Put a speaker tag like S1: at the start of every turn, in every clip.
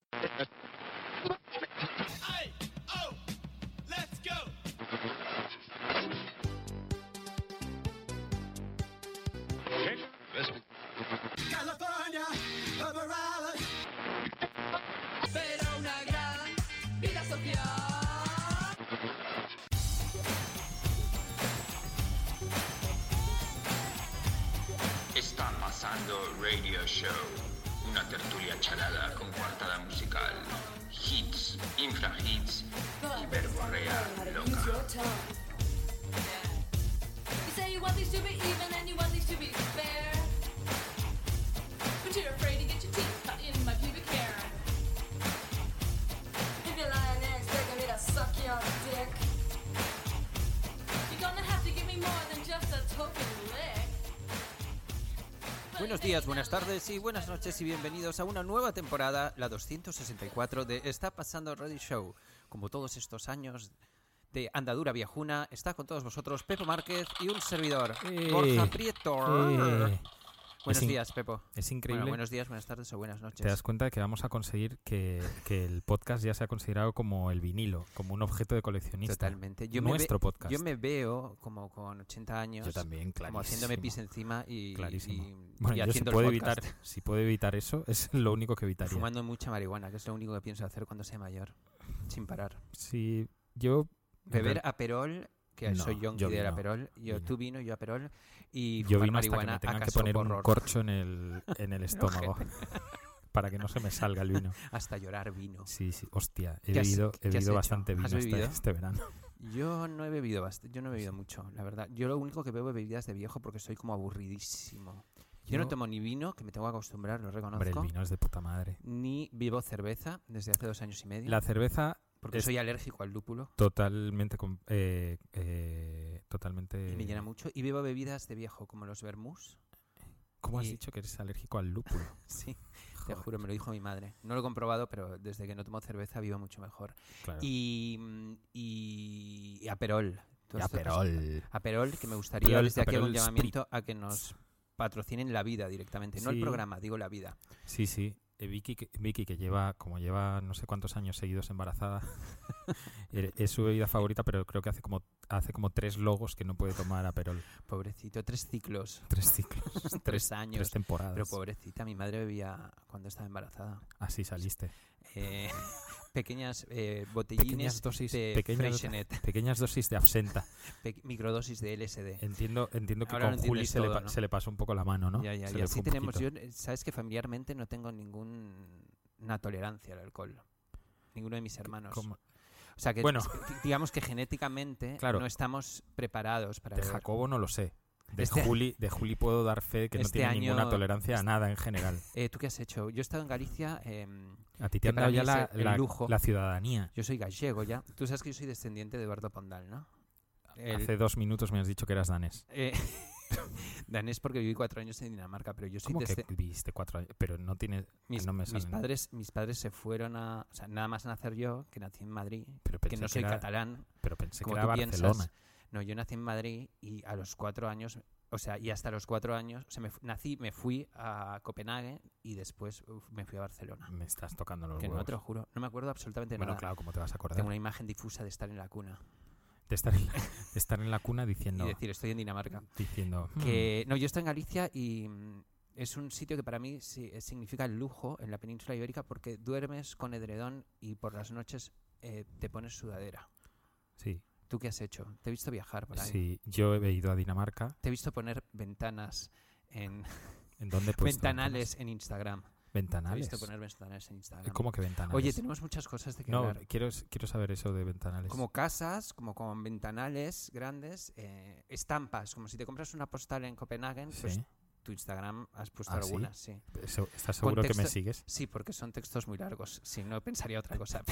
S1: oh,
S2: Ando Radio Show, una tertulia charada con coartada musical, hits, infrahits y verborrea loca.
S3: You say you want things to be even and you want things to be fair. But you're afraid to get your teeth cut in my pubic hair.
S4: If you're lying eggs, they're gonna need a suck your dick.
S3: You're gonna have to give me more than just a token lick.
S5: Buenos días, buenas tardes y buenas noches y bienvenidos a una nueva temporada, la 264 de Está pasando Radio Show. Como todos estos años de andadura viajuna, está con todos vosotros Pepo Márquez y un servidor,
S6: Eh,
S5: Borja Prieto.
S6: eh.
S5: Buenos
S6: Es in-
S5: días, Pepo.
S6: es increíble.
S5: Ah. Bueno, buenos días, buenas tardes o buenas noches.
S6: Te das cuenta de que vamos a conseguir que, que el podcast ya sea considerado como el vinilo, como un objeto de coleccionista.
S5: Totalmente. Yo
S6: Nuestro
S5: me ve-
S6: podcast.
S5: Yo me veo como con 80 años.
S6: Yo también,
S5: Como haciéndome
S6: clarísimo.
S5: pis encima y,
S6: Clarísimo.
S5: y-
S6: bueno,
S5: y
S6: yo si
S5: haciendo el
S6: puedo,
S5: podcast.
S6: evitar, si puedo evitar eso, es lo único que evitaría.
S5: Fumando mucha marihuana, que es lo único que pienso hacer cuando sea mayor. Sin parar.
S6: Si yo...
S5: Beber aperol, que
S6: No,
S5: soy yonki
S6: yo
S5: del
S6: vino,
S5: aperol. Yo,
S6: vino.
S5: Tú vino, yo aperol. Y
S6: Yo
S5: fumar
S6: vino hasta que
S5: marihuana
S6: me tengan
S5: a
S6: que poner
S5: casoporro.
S6: un corcho en el, en el estómago para que no se me salga el vino.
S5: Hasta llorar vino.
S6: Sí, sí, hostia, he
S5: ¿Qué has-
S6: bebido,
S5: qué
S6: he
S5: has
S6: bebido
S5: hecho?
S6: bastante vino
S5: ¿Has
S6: este,
S5: bebido?
S6: este verano.
S5: Yo no he bebido bast- yo no he bebido mucho, la verdad. Yo lo único que bebo es bebidas de viejo porque soy como aburridísimo. Yo, no
S6: Yo-
S5: tomo ni vino, que me tengo que acostumbrar, lo reconozco.
S6: Hombre, el vino es de puta madre.
S5: Ni bebo cerveza desde hace dos años y medio.
S6: La cerveza
S5: porque
S6: es-
S5: soy alérgico al lúpulo
S6: Totalmente. com- eh, eh, totalmente.
S5: y me llena mucho. Y bebo bebidas de viejo, como los vermús.
S6: ¿Cómo has
S5: y-
S6: dicho que eres alérgico al lúpulo?
S5: Sí, te
S6: Joder.
S5: juro, me lo dijo mi madre. No lo he comprobado, pero desde que no tomo cerveza vivo mucho mejor.
S6: Claro.
S5: Y, mm, y, y Aperol. Todo
S6: Y
S5: esto-
S6: Aperol.
S5: Aperol, que me gustaría
S6: Aperol-
S5: desde aquí hago un
S6: Aperol
S5: llamamiento a que nos patrocinen la vida directamente. No el
S6: Sí.
S5: programa, digo la vida.
S6: Sí, sí. Eh, Vicky, que- Vicky, que lleva, como lleva no sé cuántos años seguidos embarazada, eh, es su bebida favorita, pero creo que hace como, hace como tres logos que no puede tomar Aperol.
S5: Pobrecito, tres ciclos,
S6: Tres ciclos.
S5: tres, años.
S6: Tres temporadas.
S5: pero pobrecita, mi madre bebía cuando estaba embarazada.
S6: Así saliste.
S5: Eh, pequeñas eh, botellines
S6: Pequeñas dosis,
S5: de
S6: pequeñas,
S5: Freixenet,
S6: pequeñas dosis de absenta.
S5: pe- microdosis de LSD.
S6: Entiendo, entiendo que
S5: Ahora lo
S6: con Juli
S5: entiendes
S6: se, le,
S5: todo,
S6: pa-
S5: ¿no?
S6: se le pasó un poco la mano, ¿no?
S5: Ya, ya,
S6: Se
S5: y
S6: le
S5: así
S6: fue un
S5: tenemos.
S6: poquito.
S5: Yo, eh, sabes que familiarmente no tengo ninguna tolerancia al alcohol. Ninguno de mis hermanos.
S6: ¿Cómo?
S5: O sea que,
S6: Bueno.
S5: que- digamos que genéticamente
S6: Claro.
S5: no estamos preparados para
S6: De
S5: beber.
S6: Jacobo no lo sé. De,
S5: Este-
S6: Juli, de Juli puedo dar fe que
S5: Este
S6: no tiene
S5: año-
S6: ninguna tolerancia a nada en general.
S5: Eh, ¿Tú qué has hecho? Yo he estado en Galicia. em,
S6: A ti te han
S5: para
S6: dado
S5: mí
S6: ya
S5: es
S6: la,
S5: el
S6: la-
S5: lujo.
S6: la ciudadanía.
S5: yo soy gallego ya. Tú sabes que yo soy descendiente de Eduardo Pondal, ¿no? El-
S6: Hace dos minutos me has dicho que eras danés.
S5: eh, danés porque viví cuatro años en Dinamarca, pero yo soy
S6: ¿Cómo que
S5: descendiente.
S6: viviste cuatro años? Pero no tienes...
S5: Mis,
S6: no me
S5: mis
S6: salen.
S5: padres, mis padres se fueron a. O sea, nada más nacer yo, que nací en Madrid,
S6: Pero
S5: que
S6: pensé
S5: no
S6: que
S5: soy
S6: era-
S5: catalán,
S6: Pero pensé que
S5: como
S6: era
S5: tú
S6: Barcelona.
S5: piensas. No, yo nací en Madrid y a los cuatro años, o sea, y hasta los cuatro años, o sea, me fu- nací, me fui a Copenhague y después uf, me fui a Barcelona.
S6: Me estás tocando los
S5: Que no
S6: huevos.
S5: te lo juro, no me acuerdo absolutamente
S6: Bueno,
S5: nada.
S6: claro, ¿cómo te vas a acordar?
S5: Tengo una imagen difusa de estar en la cuna
S6: De, estar en la, de estar en la cuna diciendo...
S5: y decir, estoy en Dinamarca.
S6: diciendo Eh, "Hmm,
S5: Que no, yo estoy en Galicia y mm, es un sitio que para mí sí, eh, significa el lujo en la península ibérica porque duermes con edredón y por las noches eh, te pones sudadera.
S6: Sí,
S5: ¿Tú qué has hecho? Te he visto viajar por ahí.
S6: sí. Yo he ido a Dinamarca.
S5: Te he visto poner ventanas en
S6: ¿En dónde he puesto
S5: ventanales en Instagram. Te he
S6: Pues Ventanales.
S5: visto poner ventanales en Instagram.
S6: ¿Cómo que ventanales?
S5: Oye, tenemos muchas cosas de que
S6: No,
S5: hablar.
S6: quiero, quiero saber eso de ventanales.
S5: Como casas, como con ventanales grandes, eh, estampas, como si te compras una postal en Copenhague, pues
S6: Sí.
S5: tu Instagram has puesto
S6: ¿Ah, sí?
S5: algunas, sí.
S6: Eso- ¿Estás seguro que me
S5: Pues, Contexto-
S6: sigues?
S5: Sí, porque son textos muy largos, si no pensaría otra cosa.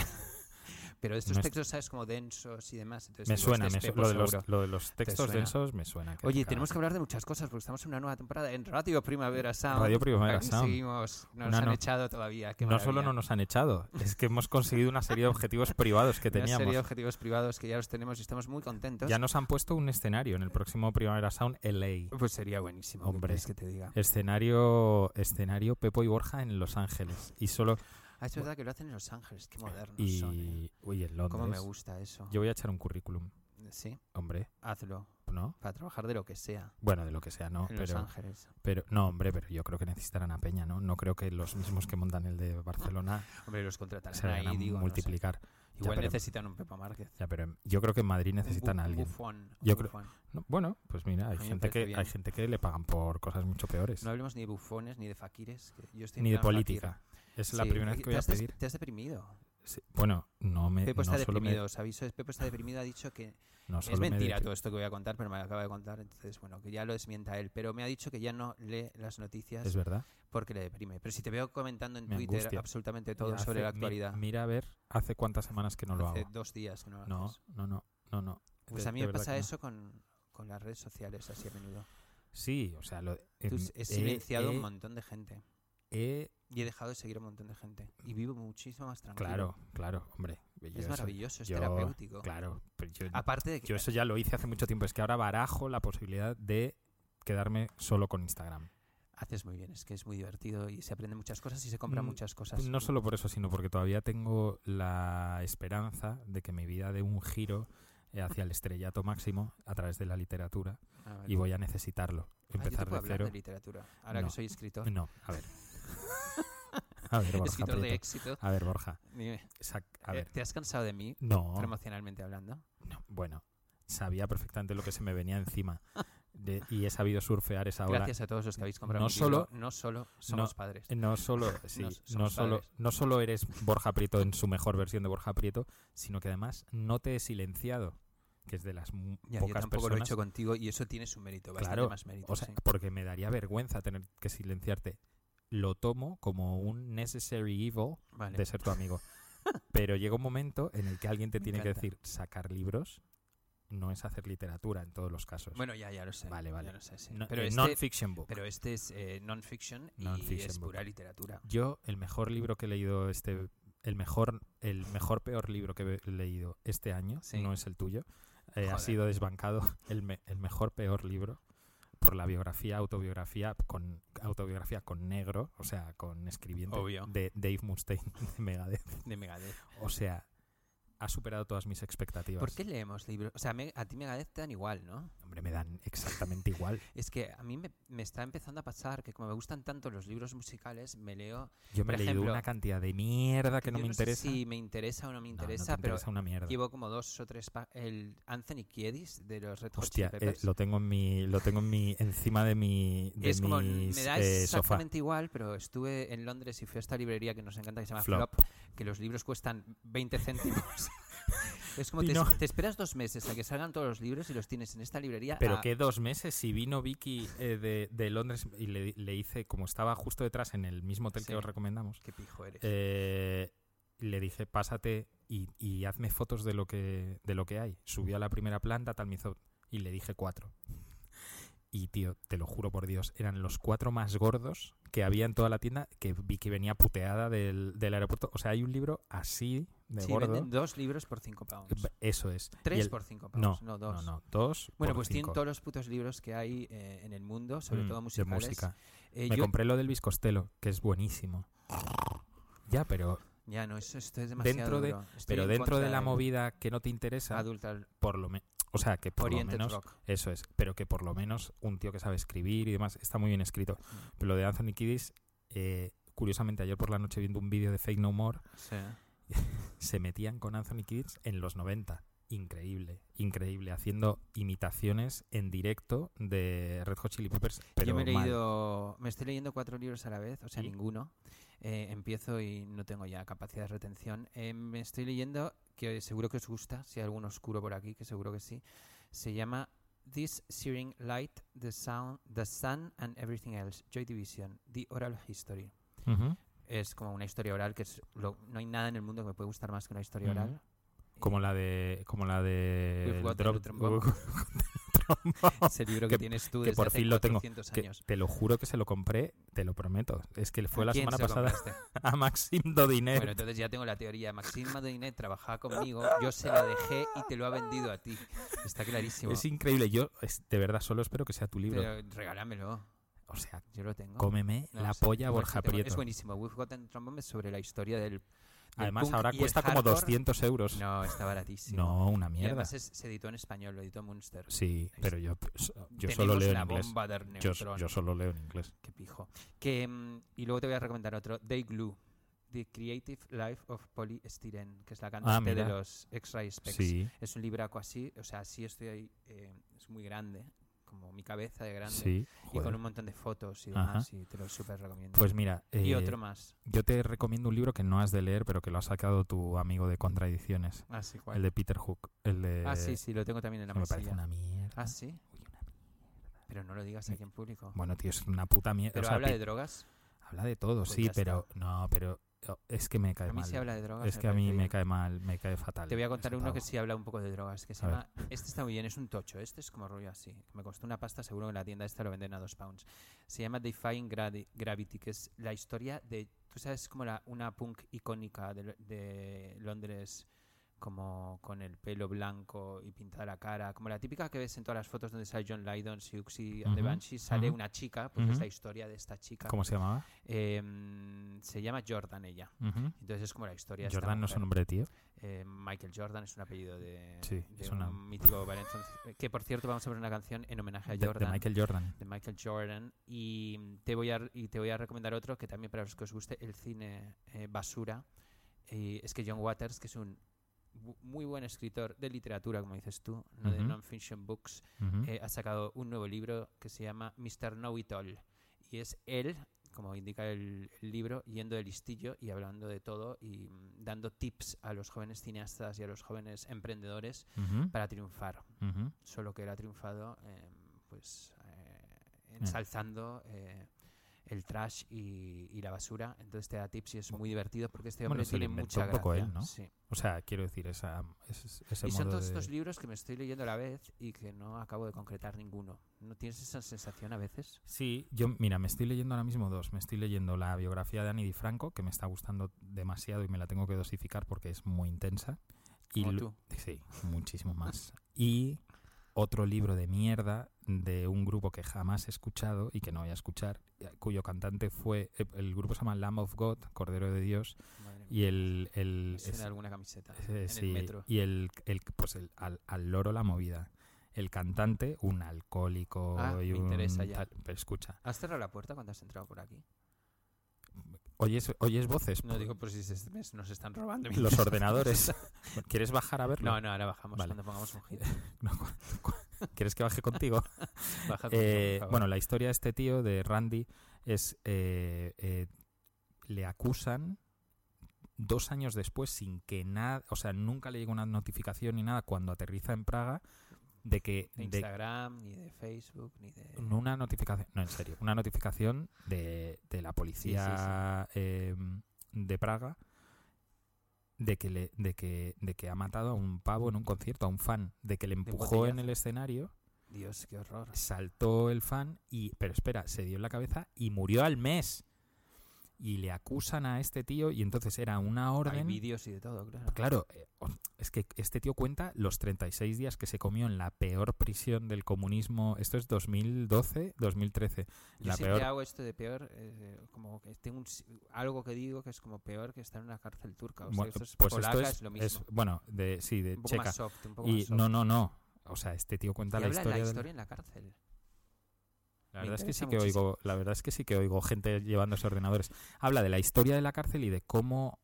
S5: Pero estos
S6: No es-
S5: textos, ¿sabes? Como densos y demás. Entonces,
S6: Me
S5: digo,
S6: suena,
S5: este
S6: me
S5: es
S6: su-
S5: Pepo,
S6: lo, de los,
S5: seguro.
S6: lo de los textos
S5: suena.
S6: densos me suena. que
S5: Oye,
S6: toca-
S5: tenemos que hablar de muchas cosas porque estamos en una nueva temporada en Radio Primavera Sound.
S6: Radio Primavera
S5: Aquí
S6: Sound.
S5: Seguimos, no nos
S6: No,
S5: han
S6: no.
S5: echado todavía. qué
S6: No solo
S5: maravilla.
S6: no nos han echado, es que hemos conseguido una serie de objetivos privados que
S5: Una serie de
S6: teníamos.
S5: objetivos privados que ya los tenemos y estamos muy contentos.
S6: Ya nos han puesto un escenario en el próximo Primavera Sound LA.
S5: Pues sería buenísimo. ¿qué
S6: Hombre.
S5: quieres que te diga.
S6: Escenario, escenario Pepo y Borja en Los Ángeles. Y solo.
S5: Ah, es verdad que lo hacen en Los Ángeles. Qué modernos son. ¿eh?
S6: Y. Uy, en Londres.
S5: Cómo me gusta eso.
S6: Yo voy a echar un currículum.
S5: Sí,
S6: Hombre,
S5: hazlo.
S6: ¿no?
S5: Para trabajar de lo que sea
S6: Bueno, de lo que sea, ¿no?
S5: en Los
S6: pero,
S5: Ángeles.
S6: pero. No, hombre, pero yo creo que necesitarán a Peña, ¿no? No creo que los mismos que montan el de Barcelona
S5: Hombre, los contratarán
S6: se vayan
S5: ahí,
S6: a
S5: digo. no sé.
S6: multiplicar.
S5: Igual
S6: pero-
S5: necesitan un Pepa Márquez.
S6: Ya, pero yo creo que en Madrid
S5: Un
S6: necesitan
S5: bu-
S6: a
S5: un
S6: alguien.
S5: bufón, un
S6: Yo creo-
S5: bufón.
S6: No, bueno, pues mira, hay
S5: A mí me
S6: gente que
S5: parece bien.
S6: hay gente que le pagan por cosas mucho peores,
S5: No hablemos ni de bufones, ni de faquires. que yo estoy
S6: ni de
S5: entrando en
S6: política. Es
S5: faquir.
S6: la
S5: Sí,
S6: primera vez
S5: te
S6: que voy a
S5: has des-
S6: pedir.
S5: Te has deprimido.
S6: Sí, Bueno, no me
S5: Pepo
S6: no
S5: está
S6: solo me-
S5: deprimido, os aviso. es- Pepo está deprimido, ha dicho que
S6: no solo
S5: es
S6: me
S5: mentira
S6: deprim-
S5: todo esto que voy a contar, pero me lo acaba de contar, entonces bueno, que ya lo desmienta él. Pero me ha dicho que ya no lee las noticias
S6: Es verdad.
S5: porque le deprime. Pero si te veo comentando en
S6: Me
S5: Twitter
S6: angustia.
S5: absolutamente todo
S6: Hace-
S5: sobre la
S6: mi-
S5: actualidad.
S6: mira a ver hace cuántas semanas que no lo
S5: Hace
S6: hago.
S5: dos días que no lo
S6: No,
S5: haces.
S6: no, no, no, no.
S5: Pues
S6: De-
S5: a mí
S6: de
S5: me
S6: verdad
S5: pasa
S6: que no.
S5: eso con, con las redes sociales así a menudo.
S6: Sí, o sea, lo
S5: Tú
S6: em,
S5: s- he
S6: he-
S5: silenciado
S6: he-
S5: un montón de gente
S6: he-
S5: y he dejado de seguir a un montón de gente y vivo muchísimo más tranquilo.
S6: Mm. claro, claro, hombre. yo
S5: Es
S6: eso-
S5: maravilloso, es
S6: yo-
S5: terapéutico.
S6: Claro, pero yo,
S5: Aparte de que
S6: yo eso ya lo hice hace mucho tiempo, es que ahora barajo la posibilidad de quedarme solo con Instagram.
S5: haces muy bien, es que es muy divertido y se aprende muchas cosas y se compran
S6: Mm,
S5: muchas cosas.
S6: No solo por eso, sino porque todavía tengo la esperanza de que mi vida dé un giro eh, hacia el estrellato máximo a través de la literatura
S5: Ah, vale.
S6: y voy a necesitarlo.
S5: Ah, yo te
S6: Empezar
S5: puedo
S6: de
S5: hablar
S6: cero.
S5: de literatura, ahora
S6: No.
S5: que soy escritor,
S6: No, a ver. A ver, Borja.
S5: escritor de
S6: Prieto.
S5: éxito.
S6: A ver, Borja.
S5: Dime,
S6: sac- a
S5: eh,
S6: ver.
S5: ¿te has cansado de mí
S6: No,
S5: emocionalmente hablando?
S6: no, Bueno, sabía perfectamente lo que se me venía encima. De- y he sabido surfear esa ola.
S5: Gracias a todos los que habéis comprado
S6: No
S5: mi libro,
S6: solo-
S5: no solo somos padres.
S6: No solo, sí,
S5: Nos-
S6: no,
S5: somos
S6: solo,
S5: padres.
S6: no solo eres Borja Prieto en su mejor versión de Borja Prieto, sino que además no te he silenciado, que es de las mu-
S5: Ya, yo
S6: pocas
S5: tampoco lo he
S6: personas.
S5: hecho contigo y eso tiene su mérito, bastante
S6: Claro,
S5: más mérito.
S6: o sea,
S5: sí.
S6: porque me daría vergüenza tener que silenciarte. Lo tomo como un necessary evil
S5: Vale.
S6: de ser tu amigo. Pero llega un momento en el que alguien te
S5: Me
S6: tiene que
S5: encanta.
S6: decir, sacar libros no es hacer literatura en todos los casos.
S5: Bueno, ya, ya lo sé.
S6: Vale,
S5: ya
S6: vale.
S5: lo sé, sí.
S6: No-
S5: pero,
S6: eh,
S5: este,
S6: non-fiction book.
S5: pero este es eh, non-fiction y
S6: Non-fiction
S5: es
S6: book.
S5: pura literatura.
S6: Yo, el mejor libro que he leído este... El mejor, el mejor peor libro que he leído este año,
S5: Sí.
S6: no es el tuyo, eh, ha
S5: Joder.
S6: sido desbancado el, me- el mejor peor libro por la biografía, autobiografía con autobiografía con negro, o sea, con escribiente
S5: Obvio.
S6: de Dave Mustaine de Megadeth.
S5: De Megadeth.
S6: O sea, ha superado todas mis expectativas.
S5: ¿Por qué leemos libros? O sea, me- a ti Megadeth te dan igual, ¿no?
S6: Hombre, me dan exactamente igual.
S5: Es que a mí me, me está empezando a pasar que como me gustan tanto los libros musicales, me leo...
S6: Yo me
S5: Por
S6: he leído
S5: ejemplo,
S6: una cantidad de mierda que no
S5: yo
S6: me
S5: sé
S6: interesa.
S5: si me interesa o no me
S6: No, no te
S5: interesa, pero
S6: interesa una mierda.
S5: llevo como dos o tres... pa- El Anthony Kiedis de los Red Hot
S6: Hostia,
S5: Chili
S6: eh,
S5: Peppers.
S6: lo tengo en mi, lo tengo en mi, encima de mi, de
S5: es como,
S6: mis,
S5: me da
S6: eh, sofá.
S5: exactamente igual, pero estuve en Londres y fui a esta librería que nos encanta, que se llama Flop,
S6: Flop.
S5: que los libros cuestan 20 céntimos. es como
S6: Y
S5: te,
S6: no.
S5: te esperas dos meses a que salgan todos los libros y los tienes en esta librería.
S6: Pero
S5: a-
S6: que dos meses, si vino Vicky eh, de, de Londres y le, le hice, como estaba justo detrás en el mismo hotel
S5: Sí.
S6: que os recomendamos,
S5: Qué pijo eres.
S6: eh, le dije, pásate y, y hazme fotos de lo que, de lo que hay. Subió a la primera planta, tal me hizo, y le dije cuatro. Y tío, te lo juro por Dios, eran los cuatro más gordos que había en toda la tienda, que vi que venía puteada del, del aeropuerto. O sea, hay un libro así de
S5: sí,
S6: gordo.
S5: venden dos libros por 5 pounds.
S6: B- Eso es. Y
S5: Tres
S6: el-
S5: por 5
S6: no,
S5: pounds, no, dos.
S6: No, no, dos.
S5: Bueno,
S6: por
S5: pues tienen
S6: cinco.
S5: todos los putos libros que hay eh, en el mundo, sobre
S6: Mm,
S5: todo
S6: de
S5: musicales.
S6: música.
S5: Eh,
S6: Me
S5: yo-
S6: compré lo del Costello, que es buesto. Ya, pero,
S5: ya, no, eso, esto es demasiado
S6: Dentro de-
S5: duro. Estoy
S6: pero
S5: en
S6: dentro
S5: contra
S6: de la
S5: del
S6: movida que no te interesa,
S5: Adult
S6: por lo menos. O sea, que por
S5: Oriented
S6: lo menos.
S5: Rock.
S6: Eso es, pero que por lo menos un tío que sabe escribir y demás está muy bien escrito.
S5: Mm.
S6: Pero lo de Anthony Kiddis, eh, curiosamente, ayer por la noche viendo un vídeo de Fake No More,
S5: Sí.
S6: se metían con Anthony Kiddis en los 90. Increíble, increíble, haciendo imitaciones en directo de Red Hot Chili Peppers. Pero
S5: Yo me he
S6: mal.
S5: leído, me estoy leyendo cuatro libros a la vez, o sea,
S6: ¿Y?
S5: ninguno. Eh, empiezo y no tengo ya capacidad de retención. Eh, me estoy leyendo, que seguro que os gusta, si hay algún oscuro por aquí, que seguro que sí. Se llama This Searing Light, The Sound, The Sun and Everything Else, Joy Division, The Oral History. eh,
S6: Ujú.
S5: Es como una historia oral que es lo- no hay nada en el mundo que me puede gustar más que una historia
S6: Ujú.
S5: oral.
S6: Como la de. Como la de.
S5: We've
S6: el
S5: got the
S6: drop-
S5: Lutheran Bomb. Ese libro que,
S6: Que-
S5: tienes tú
S6: que
S5: desde
S6: por
S5: hace
S6: fin lo tengo,
S5: 400
S6: que
S5: años.
S6: te lo juro que se lo compré, te lo prometo. Es que fue
S5: ¿A
S6: la
S5: quién
S6: semana
S5: se lo
S6: pasada
S5: compraste?
S6: a Maxim Dodinet.
S5: Bueno, entonces ya tengo la teoría. Maxime Madoninet trabajaba conmigo, yo se la dejé y te lo ha vendido a ti. Está clarísimo.
S6: es increíble. Yo es- de verdad solo espero que sea tu libro.
S5: Pero regálamelo.
S6: o sea,
S5: Yo lo tengo.
S6: cómeme
S5: No,
S6: la
S5: sí,
S6: polla
S5: bueno,
S6: Borja
S5: sí tengo-
S6: Prieto.
S5: Es buenísimo. We've Gotten Trump Bomb es sobre la historia del. del
S6: Además,
S5: punk
S6: ahora
S5: y el
S6: cuesta como
S5: hardcore.
S6: 200 euros. No,
S5: No, está baratísimo.
S6: una
S5: Y
S6: mierda.
S5: además es- se editó en español, lo editó Munster.
S6: Sí,
S5: es-
S6: pero yo, pues, yo
S5: Tenemos
S6: solo leo en
S5: la
S6: inglés.
S5: bomba del
S6: Yo,
S5: neutrón.
S6: yo solo leo en inglés.
S5: Qué pijo. Que, mm, y luego te voy a recomendar otro, Day Glue. The Creative Life of Polystyrene, que es la cantante de
S6: Ah, mira.
S5: los X-Ray Specs.
S6: Sí,
S5: Es un libraco así, o sea, así estoy ahí, eh, es muy grande, como mi cabeza de grande,
S6: sí.
S5: y con
S6: joder.
S5: un montón de fotos y
S6: Ajá.
S5: demás, y te lo súper recomiendo.
S6: Pues mira,
S5: y
S6: eh,
S5: otro más.
S6: yo te recomiendo un libro que no has de leer, pero que lo ha sacado tu amigo de Contradicciones,
S5: Así,
S6: el de Peter Hook. El de...
S5: ah, sí, sí, lo tengo también en la
S6: Me parece
S5: mesilla.
S6: una mierda.
S5: Ah, sí,
S6: Uy, una mierda.
S5: pero no lo digas aquí en público.
S6: Bueno, tío, es una puta mierda.
S5: Pero
S6: o sea,
S5: habla
S6: Pe-
S5: de drogas.
S6: Habla de todo,
S5: Pues
S6: sí,
S5: ya está.
S6: pero no, pero oh, es que me cae
S5: A mí
S6: mal.
S5: sí habla de drogas.
S6: es
S5: me
S6: que a mí
S5: parece
S6: me
S5: bien.
S6: cae mal, me cae fatal.
S5: Te voy a contar
S6: ese
S5: uno que
S6: pavo.
S5: sí habla un poco de drogas, que se
S6: A ver.
S5: llama... Este está muy bien, es un tocho. Este es como rollo así. que Me costó una pasta, seguro que en la tienda esta lo venden a dos pounds. Se llama Defying Gradi- Gravity, que es la historia de... Tú sabes como la, una punk icónica de, Lo- de Londres, como con el pelo blanco y pintada la cara. Como la típica que ves en todas las fotos donde sale John Lydon, Siouxsie, and the
S6: Ujú,
S5: Banshees, sale
S6: ujú.
S5: una chica, pues es
S6: Ujú.
S5: la historia de esta chica.
S6: ¿Cómo se llamaba?
S5: Em, se llama Jordan ella.
S6: Ujú.
S5: Entonces es como la historia de esta
S6: Jordan no es
S5: mujer.
S6: un hombre, tío.
S5: Eh, Michael Jordan es un apellido de,
S6: Sí,
S5: de
S6: es una-
S5: un mítico Valentine, eh, que por cierto vamos a ver una canción en homenaje a
S6: De, de
S5: Jordan.
S6: Michael Jordan.
S5: de Michael Jordan y mm, te voy a r- y te voy a recomendar otro que también para los que os guste el cine eh, basura y es que John Waters que es un bu- muy buen escritor de literatura como dices tú no de
S6: Ujú.
S5: non-fiction books
S6: Ujú.
S5: eh, ha sacado un nuevo libro que se llama Mr. Know It All. Y es él, como indica el, el libro, yendo de listillo y hablando de todo y mm, dando tips a los jóvenes cineastas y a los jóvenes emprendedores
S6: Ujú.
S5: para triunfar.
S6: Ujú.
S5: Solo que él ha triunfado eh, pues eh, ensalzando eh, el trash y, y la basura. Entonces te da tips y es muy divertido porque este
S6: Bueno,
S5: hombre
S6: se lo
S5: tiene
S6: inventó
S5: mucha
S6: un poco
S5: gracia.
S6: él, ¿no?
S5: Sí.
S6: O sea, quiero decir, esa, ese, ese
S5: Y son
S6: modo
S5: todos
S6: de-
S5: estos libros que me estoy leyendo a la vez y que no acabo de concretar ninguno. ¿No tienes esa sensación a veces?
S6: Sí, yo, mira, me estoy leyendo ahora mismo dos. Me estoy leyendo la biografía de Annie Di Franco, que me está gustando demasiado y me la tengo que dosificar porque es muy intensa. Y
S5: Como
S6: lo-
S5: tú.
S6: Sí, muchísimo más. Y otro libro de mierda de un grupo que jamás he escuchado y que no voy a escuchar, eh, cuyo cantante fue. eh, El grupo se llama Lamb of God, Cordero de Dios,
S5: Madre mía.
S6: y el. el
S5: Me suena
S6: es-
S5: alguna camiseta
S6: eh,
S5: en
S6: sí,
S5: el metro.
S6: Y el, el- pues el- al, al loro la movida. El cantante, un alcohólico
S5: Ah,
S6: y
S5: me
S6: un
S5: interesa ya.
S6: tal- pero escucha,
S5: ¿Has cerrado la puerta cuando has entrado por aquí?
S6: oyes, oyes voces
S5: No
S6: por
S5: digo por si se- me- nos están robando.
S6: los ordenadores. ¿Quieres bajar a verlo?
S5: No, no, ahora bajamos
S6: Vale.
S5: cuando pongamos un hit.
S6: No, cu- cu- ¿Quieres que baje contigo?
S5: Baja conmigo,
S6: Eh,
S5: por favor.
S6: bueno, la historia de este tío, de Randy, es. eh, eh, le acusan dos años después sin que nada. O sea, nunca le llega una notificación ni nada cuando aterriza en Praga de que.
S5: de
S6: de- Mm.
S5: Instagram, ni de Facebook, ni de...
S6: no una notificación. No, en serio. Una notificación de, de la policía eh, de Praga de que, le, de, que, de que ha matado a un pavo en un concierto, a un fan, de que le empujó en
S5: botellazo.
S6: el escenario
S5: Dios, qué horror.
S6: saltó el fan y pero espera se dio en la cabeza y murió al mes y le acusan a este tío y entonces era una
S5: Hay
S6: orden
S5: vídeos y de todo, claro.
S6: claro eh, o- es que este tío cuenta los 36 días que se comió en la peor prisión del comunismo esto es 2012 2013
S5: Yo
S6: la
S5: siempre
S6: peor
S5: hago esto de peor, eh, como que tengo un si- algo que digo que es como peor que estar en una cárcel turca. O sea,
S6: bueno,
S5: esto es
S6: pues
S5: polaca,
S6: esto
S5: es,
S6: es,
S5: lo mismo.
S6: es- bueno de sí de
S5: un poco
S6: checa
S5: más soft, un poco
S6: y
S5: más soft.
S6: no no no o sea este tío
S5: Y
S6: cuenta la
S5: habla de la
S6: historia, del-
S5: historia en la cárcel.
S6: La
S5: Me
S6: verdad es que
S5: interesa
S6: sí que
S5: muchísimo.
S6: oigo, la verdad es que sí que oigo gente llevándose ordenadores. Habla de la historia de la cárcel y de cómo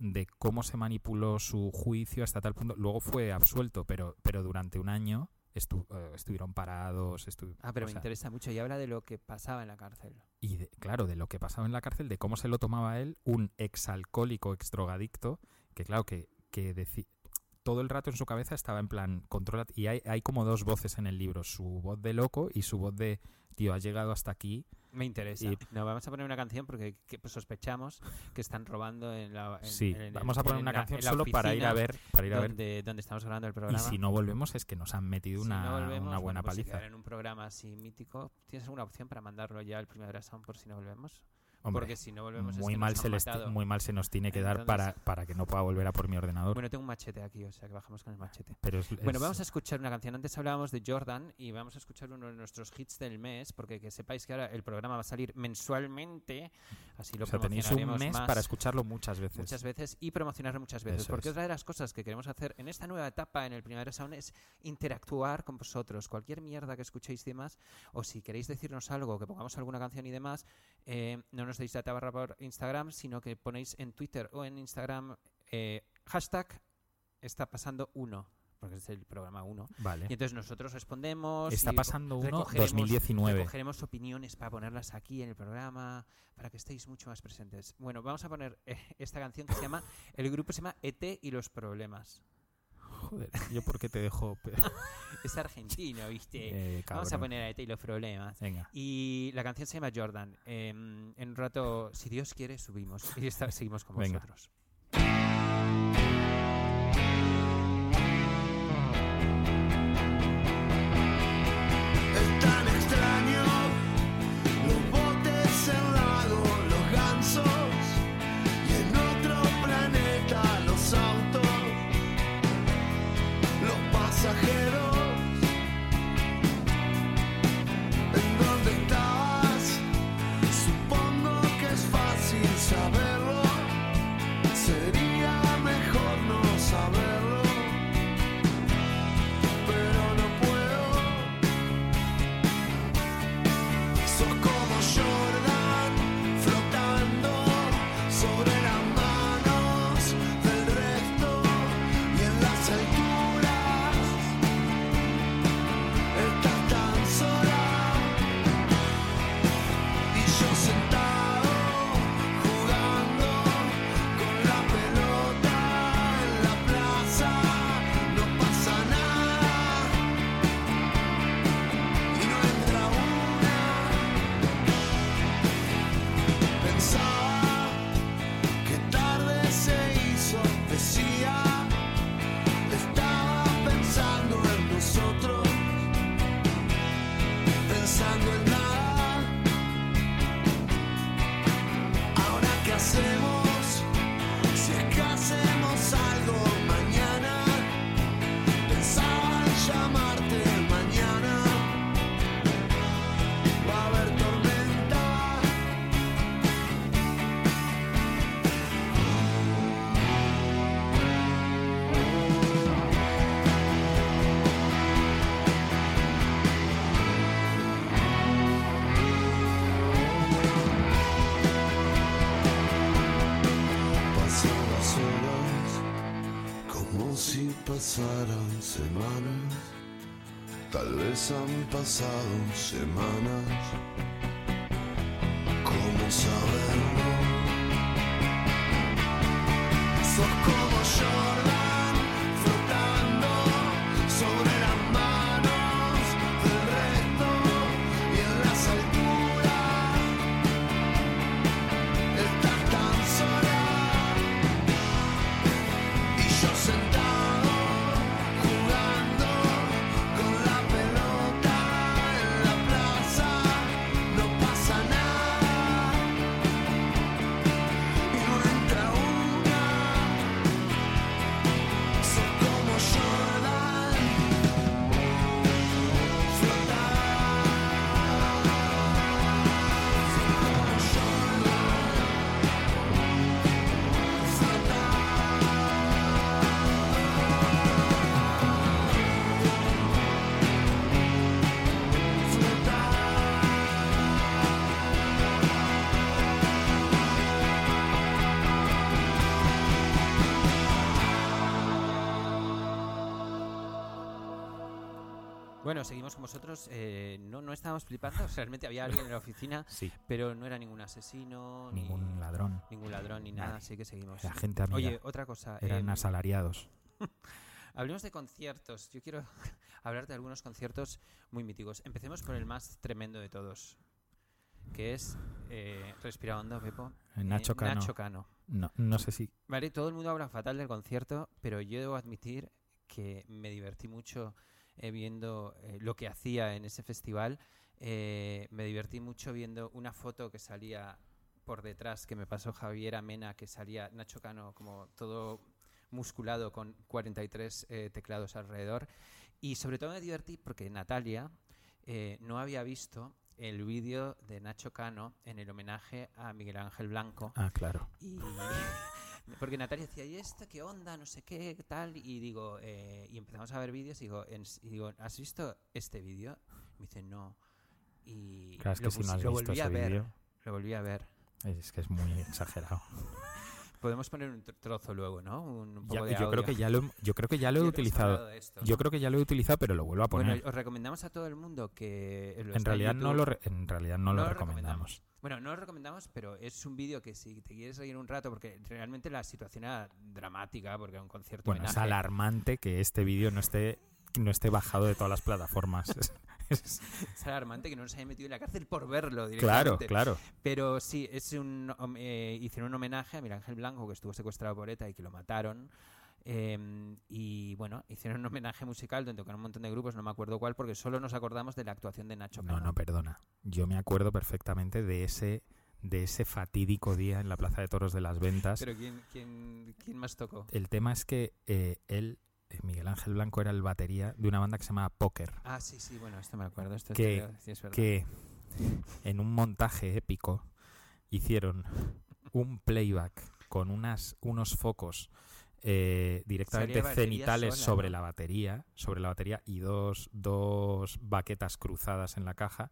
S6: de cómo se manipuló su juicio hasta tal punto. Luego fue absuelto, pero pero durante un año estu- eh, estuvieron parados, estu-
S5: Ah, pero
S6: o
S5: me
S6: sea,
S5: interesa mucho. Y habla de lo que pasaba en la cárcel.
S6: y de- claro, de lo que pasaba en la cárcel, de cómo se lo tomaba él, un exalcohólico, exdrogadicto, que claro, que, que deci- todo el rato en su cabeza estaba en plan, controla. Y hay, hay como dos voces en el libro, su voz de loco y su voz de, tío, has llegado hasta aquí,
S5: Me interesa.
S6: Y-
S5: No, vamos a poner una canción porque que- pues, sospechamos que están robando en la. en-
S6: Sí,
S5: en el-
S6: vamos a poner
S5: en
S6: una
S5: la-
S6: canción
S5: en la
S6: solo para ir
S5: oficina
S6: a ver, para ir a ver.
S5: Donde, donde estamos grabando el
S6: Y
S5: programa.
S6: si no volvemos es que nos han metido
S5: Si
S6: una,
S5: no volvemos,
S6: una buena
S5: bueno, pues se
S6: paliza.
S5: quedará en un programa así mítico. ¿Tienes alguna opción para mandarlo ya al primer sound por si no volvemos?
S6: Hombre,
S5: porque si no volvemos es
S6: muy
S5: que nos
S6: mal
S5: han
S6: se les ti-
S5: matado.
S6: muy mal se nos tiene que dar
S5: Entonces-
S6: para, para que no pueda volver a por mi ordenador.
S5: Bueno, tengo un machete aquí, o sea que bajamos con el machete.
S6: pero es-
S5: Bueno,
S6: es-
S5: vamos a escuchar una canción. Antes hablábamos de Jordan y vamos a escuchar uno de nuestros hits del mes, porque que sepáis que ahora el programa va a salir mensualmente, así lo
S6: o sea, tenéis un
S5: promocionaremos
S6: mes
S5: más
S6: para escucharlo muchas veces.
S5: muchas veces y promocionarlo muchas veces,
S6: Eso
S5: porque
S6: es.
S5: otra de las cosas que queremos hacer en esta nueva etapa en el Primavera Sound es interactuar con vosotros. Cualquier mierda que escuchéis y demás, o si queréis decirnos algo, que pongamos alguna canción y demás, eh, no nos deis data barra por Instagram, sino que ponéis en Twitter o en Instagram eh, hashtag está pasando uno, porque es el programa uno. Y
S6: Vale.
S5: entonces nosotros respondemos.
S6: Eh. Está
S5: y
S6: pasando uno
S5: recogeremos-
S6: 2019.
S5: Recogeremos opiniones para ponerlas aquí en el programa, para que estéis mucho más presentes. Bueno, vamos a poner eh, esta canción que se llama. El grupo se llama ET y los problemas.
S6: Joder, yo porque te dejo. pe-
S5: Es argentino, ¿viste?
S6: eh,
S5: vamos a
S6: cabrón.
S5: poner a ET y los problemas.
S6: Venga.
S5: Y la canción se llama Jordan. Eh, en un rato, si Dios quiere, subimos y esta- seguimos con
S6: Venga.
S5: vosotros.
S1: Es tan extraño, los botes en lago, los gansos y en otro planeta los autos, los pasajeros. ¿En dónde estabas? Supongo que es fácil saberlo, sería mejor no saberlo, pero no puedo. Sos como Jordan flotando sobre las manos del resto y en las alturas estás tan sola y yo sentado jugando con la pelota en la plaza no pasa nada y no entra una pensaba que tarde se hizo, decía, estaba pensando en nosotros, pensando en nada. Ahora qué hacemos, si es que hacemos algo mañana, pensaba en llamarte mañana. Va a haber tormenta, Pasan las horas como si pasaran semanas. Tal vez han pasado semanas. ¿Cómo saberlo? Sos como Jordan flotando sobre las manos del resto y en las alturas. Estás tan sola y yo sentado jugando con la pelota en la plaza no pasa nada y no entra una soy como Jordan flotar soy como Jordan flotar
S5: Bueno, seguimos con vosotros. Eh, no, no estábamos flipando, realmente había alguien en la oficina,
S6: Sí,
S5: pero no era ningún asesino, ni-
S6: ningún ladrón.
S5: ningún ladrón, ni nada,
S6: Nadie.
S5: así que seguimos.
S6: La gente amiga.
S5: Oye, otra cosa.
S6: Eran
S5: em,
S6: asalariados.
S5: Hablemos de conciertos. Yo quiero hablar de algunos conciertos muy míticos. Empecemos por el más tremendo de todos, que es eh, Respira Hondo, Pepo. eh,
S6: Nacho Cano.
S5: Nacho Cano.
S6: No, no sé si.
S5: Vale, todo el mundo habla fatal del concierto, pero yo debo admitir que me divertí mucho eh, viendo eh, lo que hacía en ese festival. Eh, me divertí mucho viendo una foto que salía por detrás que me pasó Javier Amena, que salía Nacho Cano como todo musculado con 43 eh, teclados alrededor. Y sobre todo me divertí porque Natalia eh, no había visto el vídeo de Nacho Cano en el homenaje a Miguel Ángel Blanco.
S6: Ah, claro.
S5: Y Pues porque Natalia decía, ¿y esto qué onda? No sé qué, tal. Y digo, eh, y empezamos a ver vídeos y digo, en s- y digo, ¿has visto este vídeo? Me dice, no. Y
S6: Claro, es
S5: lo,
S6: que si no
S5: puse-
S6: has
S5: lo
S6: visto
S5: volví a
S6: ese
S5: ver.
S6: vídeo.
S5: Lo volví a ver.
S6: Es que es muy exagerado.
S5: Podemos poner un tr- trozo luego, ¿no? Un poco
S6: Ya-
S5: de
S6: yo, creo
S5: audio.
S6: que ya lo, hem- yo creo que ya lo he
S5: Yo creo que hemos hablado
S6: utilizado.
S5: de esto,
S6: Yo
S5: ¿no?
S6: creo que ya lo he utilizado, pero lo vuelvo a poner.
S5: Bueno, os recomendamos a todo el mundo que lo
S6: en,
S5: está
S6: realidad no
S5: YouTube.
S6: lo re- en realidad no,
S5: No
S6: lo
S5: lo
S6: recomendamos.
S5: Bueno, no lo recomendamos, pero es un vídeo que si te quieres reír un rato, porque realmente la situación era dramática, porque era un concierto
S6: Bueno, es
S5: homenaje.
S6: alarmante que este vídeo no esté, no esté bajado de todas las plataformas. Es- es-
S5: es alarmante que no nos hayan metido en la cárcel por verlo directamente.
S6: claro, claro.
S5: Pero sí, es un, hom- eh, hicieron un homenaje a Miguel Ángel Blanco, que estuvo secuestrado por ETA y que lo mataron. Eh, y bueno, hicieron un homenaje musical donde tocaron un montón de grupos, no me acuerdo cuál, porque solo nos acordamos de la actuación de Nacho
S6: No,
S5: Cano.
S6: no, perdona. Yo me acuerdo perfectamente de ese, de ese fatídico día en la Plaza de Toros de las Ventas.
S5: Pero ¿quién, quién, quién más tocó?
S6: El tema es que eh, él, eh, Miguel Ángel Blanco, era el batería de una banda que se llamaba Poker.
S5: Ah, sí, sí, bueno, esto me acuerdo. Esto
S6: Que-
S5: esto creo- sí, es verdad.
S6: que en un montaje épico hicieron un playback con unas, unos focos eh, directamente
S5: batería
S6: cenitales
S5: sola,
S6: sobre
S5: ¿no?
S6: la batería, sobre la batería y dos, dos baquetas cruzadas en la caja.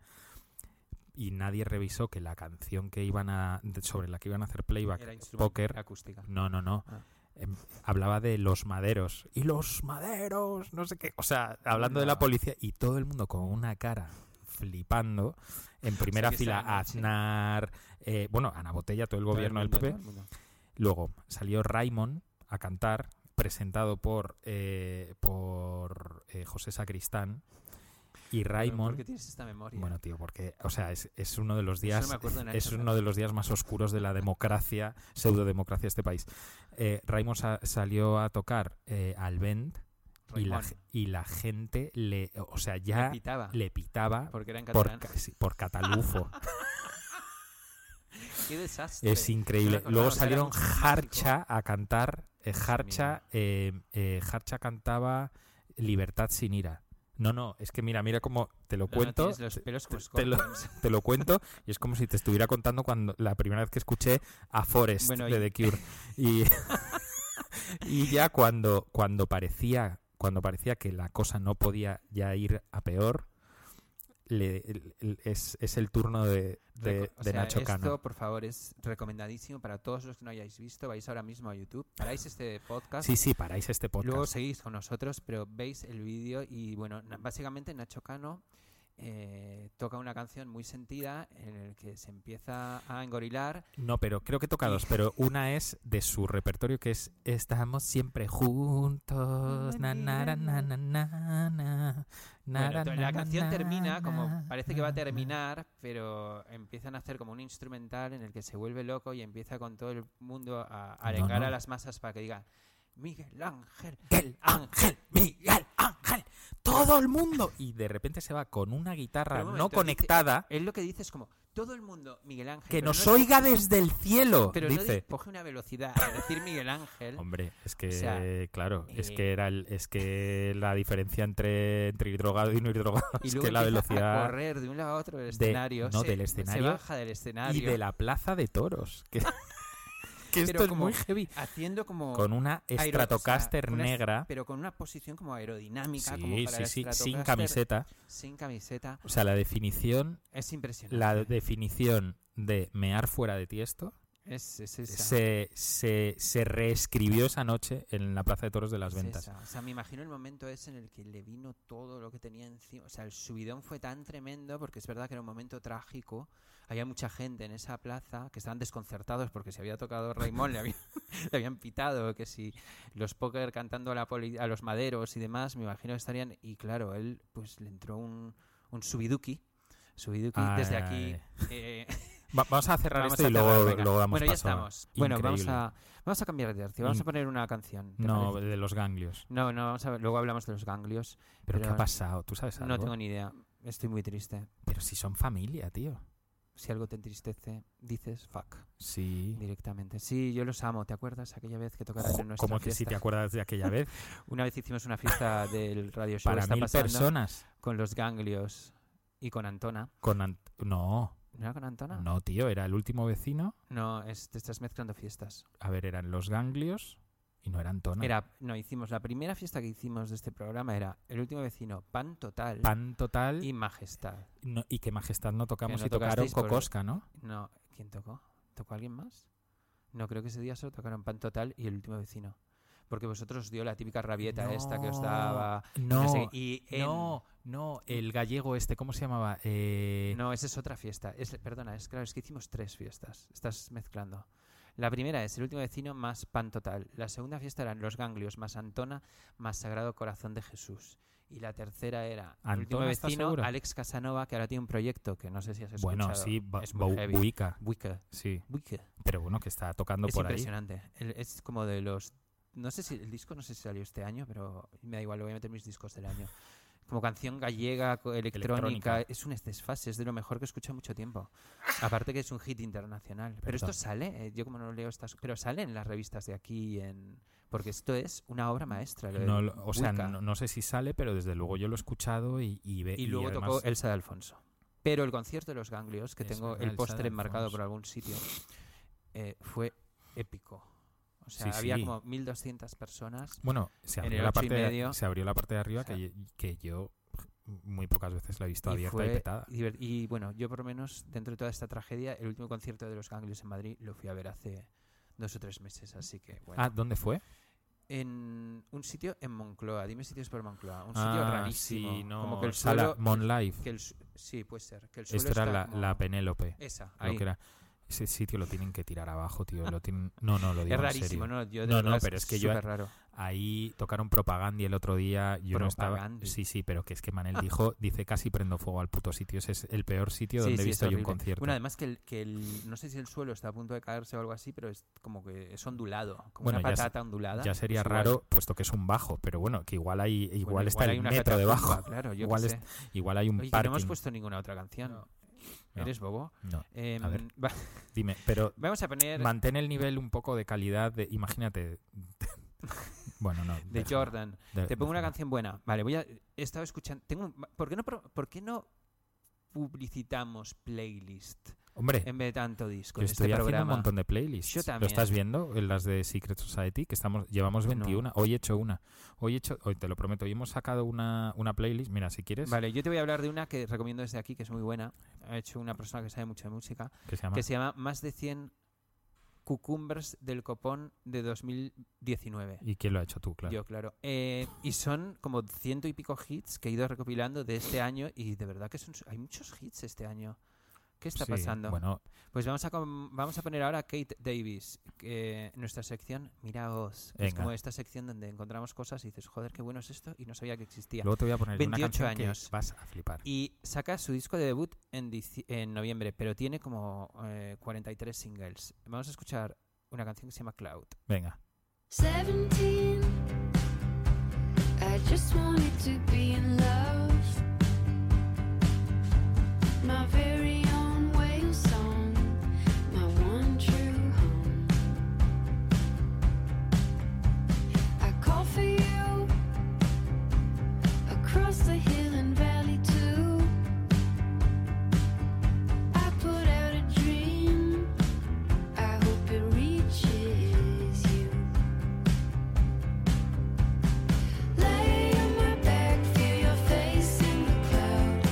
S6: Y nadie revisó que la canción que iban a, de- sobre la que iban a hacer playback,
S5: Era instrumental,
S6: póker,
S5: acústica.
S6: no, no, no.
S5: Ah.
S6: Em, hablaba de los maderos. Y los maderos, no sé qué. O sea, hablando de
S5: No.
S6: la policía y todo el mundo con una cara flipando. En primera
S5: que
S6: fila,
S5: estaban, sí.
S6: Aznar, eh, bueno, Ana Botella, todo el gobierno del PP. Luego salió Raymond a cantar, presentado por, eh, por eh, José Sacristán. Y
S5: Raymond. ¿Por
S6: Raymond.
S5: qué tienes esta memoria?
S6: Bueno, tío, porque, o sea, es, es uno de los
S5: Yo solo
S6: días
S5: me acuerdo de Nacho
S6: es uno
S5: Cano.
S6: de los días más oscuros de la democracia, pseudodemocracia de este país. Eh, Raimond sa- salió a tocar eh, al Bend y la,
S5: Raymond.
S6: ge- y la gente le, o sea, ya le,
S5: Pitaba.
S6: pitaba por,
S5: Porque era en catalán.
S6: ca- sí, por catalufo.
S5: Qué desastre.
S6: es
S5: No me
S6: increíble.
S5: acordaba,
S6: Luego
S5: o sea, era
S6: salieron
S5: un músico.
S6: Harcha a cantar. eh, Harcha, eh, eh, Harcha cantaba Libertad sin ira. No, no, es que mira, mira cómo te lo
S5: No, no,
S6: cuento.
S5: tienes los pelos como
S6: te lo-
S5: escorpions.
S6: te lo cuento y es como si te estuviera contando cuando la primera vez que escuché a Forest
S5: Bueno,
S6: de
S5: y-
S6: The Cure y, y ya cuando cuando parecía cuando parecía que la cosa no podía ya ir a peor le- le- es, es el turno de, de-
S5: Reco- o
S6: de
S5: sea,
S6: Nacho
S5: esto,
S6: Cano
S5: por favor, es recomendadísimo para todos los que no hayáis visto. Vais ahora mismo a YouTube, paráis este podcast,
S6: sí sí paráis este
S5: luego
S6: podcast
S5: seguís con nosotros, pero veis el vídeo y, bueno, na- básicamente Nacho Cano eh, toca una canción muy sentida en el que se empieza a engorilar.
S6: no pero creo que toca dos pero una es de su repertorio que es estamos siempre juntos na, na, na, na, na, na, na, na,
S5: Bueno, to-
S6: na,
S5: la
S6: na,
S5: canción
S6: na,
S5: termina como
S6: na,
S5: parece que va a
S6: na, na.
S5: terminar, pero empiezan a hacer como un instrumental en el que se vuelve loco y empieza con todo el mundo a arengar
S6: no.
S5: a las masas para que digan Miguel Ángel,
S6: Miguel Ángel, Miguel Ángel, todo el mundo. Y de repente se va con una guitarra
S5: Pero un
S6: no
S5: momento,
S6: conectada
S5: Él lo que dice es como, todo el mundo, Miguel Ángel.
S6: que
S5: pero
S6: nos
S5: no es-
S6: oiga desde el cielo.
S5: Pero no di-
S6: dice.
S5: coge una velocidad a decir Miguel Ángel.
S6: Hombre, es que
S5: O sea,
S6: claro, es
S5: eh,
S6: que era el- es que la diferencia entre, entre ir drogado y no ir drogado
S5: Y
S6: es
S5: luego
S6: que la
S5: empieza a
S6: velocidad
S5: correr de un lado a otro del escenario.
S6: no,
S5: se,
S6: del
S5: se
S6: escenario
S5: baja del escenario.
S6: y de la plaza de toros. Que, que
S5: Pero
S6: esto es
S5: como-
S6: muy heavy.
S5: Haciendo como.
S6: Con una
S5: aero- o sea,
S6: Stratocaster
S5: una-
S6: negra.
S5: Pero con una posición como aerodinámica. como
S6: Sí,
S5: para
S6: sí,
S5: la
S6: sí, sin
S5: Stratocaster,
S6: camiseta.
S5: Sin camiseta.
S6: O sea, la definición,
S5: Es impresionante.
S6: la definición de mear fuera de tiesto
S5: Es, es esa.
S6: se, se, se reescribió esa noche en la Plaza de Toros de las
S5: es
S6: Ventas.
S5: esa. O sea, me imagino el momento ese en el que le vino todo lo que tenía encima. O sea, el subidón fue tan tremendo porque es verdad que era un momento trágico. Había mucha gente en esa plaza que estaban desconcertados porque se había tocado Raimón, le, habían- le habían pitado, que si los póker cantando a, la poli- a los maderos y demás, me imagino que estarían... Y claro, él pues le entró un, un subiduki. Subiduki desde aquí.
S6: Ay.
S5: eh,
S6: Va- vamos a cerrar
S5: Vamos
S6: esto
S5: a
S6: y
S5: cerrar,
S6: luego,
S5: venga.
S6: luego damos
S5: bueno, ya
S6: paso a-
S5: estamos. Bueno, vamos
S6: Increíble.
S5: a, vamos a cambiar de arte. Vamos a poner una canción. ¿te
S6: No,
S5: parece?
S6: de los ganglios.
S5: no, no, vamos a ver, luego hablamos de los ganglios.
S6: ¿Pero, qué
S5: Pero
S6: ha pasado? ¿Tú sabes algo?
S5: No tengo ni idea. Estoy muy triste.
S6: Pero si son familia, tío.
S5: Si algo te entristece, dices fuck
S6: Sí.
S5: directamente. Sí, yo los amo. ¿Te acuerdas aquella vez que tocaron en nuestra
S6: Como que
S5: fiesta?
S6: si te acuerdas de aquella vez.
S5: Una vez hicimos una fiesta del radio show
S6: Para
S5: está
S6: mil
S5: pasando
S6: personas.
S5: con los ganglios y con Antona.
S6: Con Ant- no,
S5: ¿No era con Antona?
S6: no, tío. Era el último vecino.
S5: No, es- te estás mezclando fiestas.
S6: A ver, eran los ganglios y no eran Tona.
S5: Era, no, hicimos la primera fiesta que hicimos de este programa era El último vecino, Pan Total.
S6: Pan total
S5: y
S6: y,
S5: Majestad.
S6: no- y que Majestad no tocamos
S5: no
S6: y tocaron
S5: tocasteis por-
S6: Cocosca, ¿no?
S5: No, ¿quién tocó? ¿Tocó alguien más? No, creo que ese día solo tocaron Pan Total y el último vecino. Porque vosotros os dio la típica rabieta esta que os
S6: No,
S5: daba.
S6: No,
S5: no sé, y en-
S6: no, no, el gallego este, ¿cómo se llamaba? Eh,
S5: No, esa es otra fiesta. Es, perdona, es claro, es que hicimos tres fiestas. Estás mezclando. La primera es el último vecino más pan total. La segunda fiesta eran los ganglios más Antona más Sagrado Corazón de Jesús. Y la tercera era el último
S6: ¿Antona estás
S5: vecino,
S6: segura?
S5: Alex Casanova, que ahora tiene un proyecto que no sé si has escuchado.
S6: bueno, sí, Ba-
S5: es muy
S6: Bau-
S5: heavy.
S6: Buica,
S5: Buica.
S6: sí.
S5: Buica.
S6: Pero bueno, que está tocando
S5: es
S6: por ahí.
S5: impresionante. El- es como de los. No sé si el disco, no sé si salió este año, pero me da igual, le voy a meter mis discos del año. Como canción gallega, co- electrónica,
S6: Electrónica.
S5: es un desfase, es de lo mejor que he escuchado en mucho tiempo. Aparte que es un hit internacional. Pero esto
S6: Perdón.
S5: sale, eh, yo como no leo estas. Pero sale en las revistas de aquí, en porque esto es una obra maestra. lo del
S6: No, lo- o sea,
S5: Wicca.
S6: no, no sé si sale, pero desde luego yo lo he escuchado y, y ve-
S5: Eh, Y luego
S6: además-
S5: tocó Elsa de Alfonso. Pero el concierto de los ganglios, que
S6: Es
S5: tengo
S6: verdad,
S5: el
S6: Elsa
S5: póster
S6: de
S5: enmarcado
S6: Alfonso.
S5: por algún sitio, eh, fue épico. O sea,
S6: Sí,
S5: había
S6: sí.
S5: como 1.200 personas.
S6: Bueno, se
S5: en
S6: abrió,
S5: el
S6: la
S5: ocho y
S6: parte de,
S5: medio.
S6: se abrió la parte de arriba
S5: O sea,
S6: que, yo- que yo muy pocas veces la he visto
S5: y,
S6: abierta y
S5: fue
S6: petada.
S5: divert- y bueno, yo por lo menos, dentro de toda esta tragedia, el último concierto de los ganglios en Madrid lo fui a ver hace dos o tres meses. Así que, bueno.
S6: Ah, ¿dónde fue?
S5: En un sitio en Moncloa. Dime sitios por Moncloa. Un sitio
S6: ah,
S5: rarísimo.
S6: sí, no,
S5: como que el
S6: sala
S5: suelo...
S6: Monlife.
S5: que el su- sí, puede ser. Que el suelo
S6: Esto era
S5: está
S6: la,
S5: como-
S6: la Penélope.
S5: Esa,
S6: Lo
S5: ahí.
S6: que era. Ese sitio lo tienen que tirar abajo, tío. Lo tienen... No, no, lo digo
S5: Es
S6: en
S5: rarísimo,
S6: serio.
S5: ¿no? Yo de
S6: No, no,
S5: verdad
S6: pero es que yo-
S5: superraro.
S6: Ahí tocaron propaganda el otro día. Yo no estaba.
S5: Propagandi.
S6: Sí, sí, pero que es que Manel dijo, dice casi prendo fuego al puto sitio. Ese es el peor sitio
S5: Sí,
S6: donde
S5: sí,
S6: he
S5: es
S6: visto yo un
S5: horrible.
S6: concierto.
S5: Bueno, además que, el, que el- no sé si el suelo está a punto de caerse o algo así, pero es como que es ondulado, como
S6: Bueno,
S5: una
S6: ya se-
S5: patata ondulada.
S6: ya sería
S5: Es igual.
S6: raro, puesto que es un bajo, pero bueno, que igual hay, igual
S5: Bueno,
S6: está
S5: hay
S6: el
S5: una
S6: metro
S5: catacumba,
S6: debajo.
S5: Claro, yo
S6: Igual
S5: qué
S6: es-
S5: sé.
S6: Igual hay un
S5: Oye, pues, que no
S6: parking.
S5: hemos puesto ninguna otra canción.
S6: No.
S5: ¿Eres bobo?
S6: No,
S5: Em,
S6: a ver.
S5: va-
S6: dime, pero
S5: vamos a poner
S6: mantén el nivel un poco de calidad de, imagínate. bueno, no.
S5: de
S6: déjalo,
S5: Jordan.
S6: de-
S5: Te pongo una
S6: déjalo.
S5: canción buena. Vale, voy a. He estado escuchando. Tengo un- ¿por, qué no, pro- ¿Por qué no publicitamos playlist
S6: Hombre,
S5: en vez de tanto disco?
S6: Eh, yo
S5: en este
S6: estoy haciendo un
S5: programa?
S6: montón de playlists.
S5: Yo
S6: ¿Lo
S5: también.
S6: estás viendo en las de Secret Society? Que estamos llevamos
S5: No.
S6: 21. Hoy he hecho una. Hoy he hecho, hoy te lo prometo, hoy hemos sacado una, una playlist. Mira, si quieres,
S5: Vale, yo te voy a hablar de una que recomiendo desde aquí, que es muy buena. Ha hecho una persona que sabe mucho de música,
S6: que se llama
S5: que se llama Más de 100 Cucumbers del Copón de 2019.
S6: ¿Y quién lo ha hecho tú, claro?
S5: Yo, claro. Eh, y son como ciento y pico hits que he ido recopilando de este año y de verdad que son, hay muchos hits este año. ¿Qué está
S6: Sí,
S5: pasando?
S6: Bueno,
S5: Pues vamos a, com- vamos a poner ahora a Kate Davis, que en nuestra sección Miraos. que Es
S6: Venga.
S5: como esta sección donde encontramos cosas y dices, joder, qué bueno es esto y no sabía que existía.
S6: luego te voy a poner una
S5: 28
S6: canción que
S5: años.
S6: vas a flipar.
S5: Y saca su disco de debut en, dici- en noviembre, pero tiene como eh, 43 singles. Vamos a escuchar una canción que se llama Cloud.
S6: Venga.
S7: 17 I just wanted to be in love My very own whale song My one true home I call for you Across the hill and valley too I put out a dream I hope it reaches you. Lay on my back, feel your face in the cloud.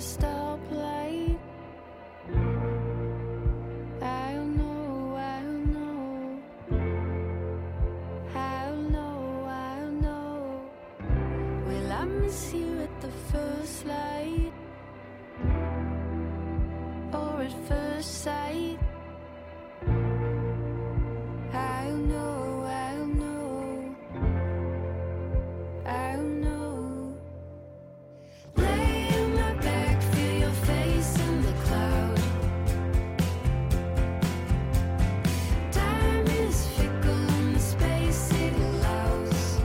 S7: stoplight. I'll know, I'll know. I'll know, I'll know. Will I miss you at the first light? Or at first sight? I'll know, I'll know. I'll know. Lay in my back, feel your face in the cloud. Time is fickle in the space it allows.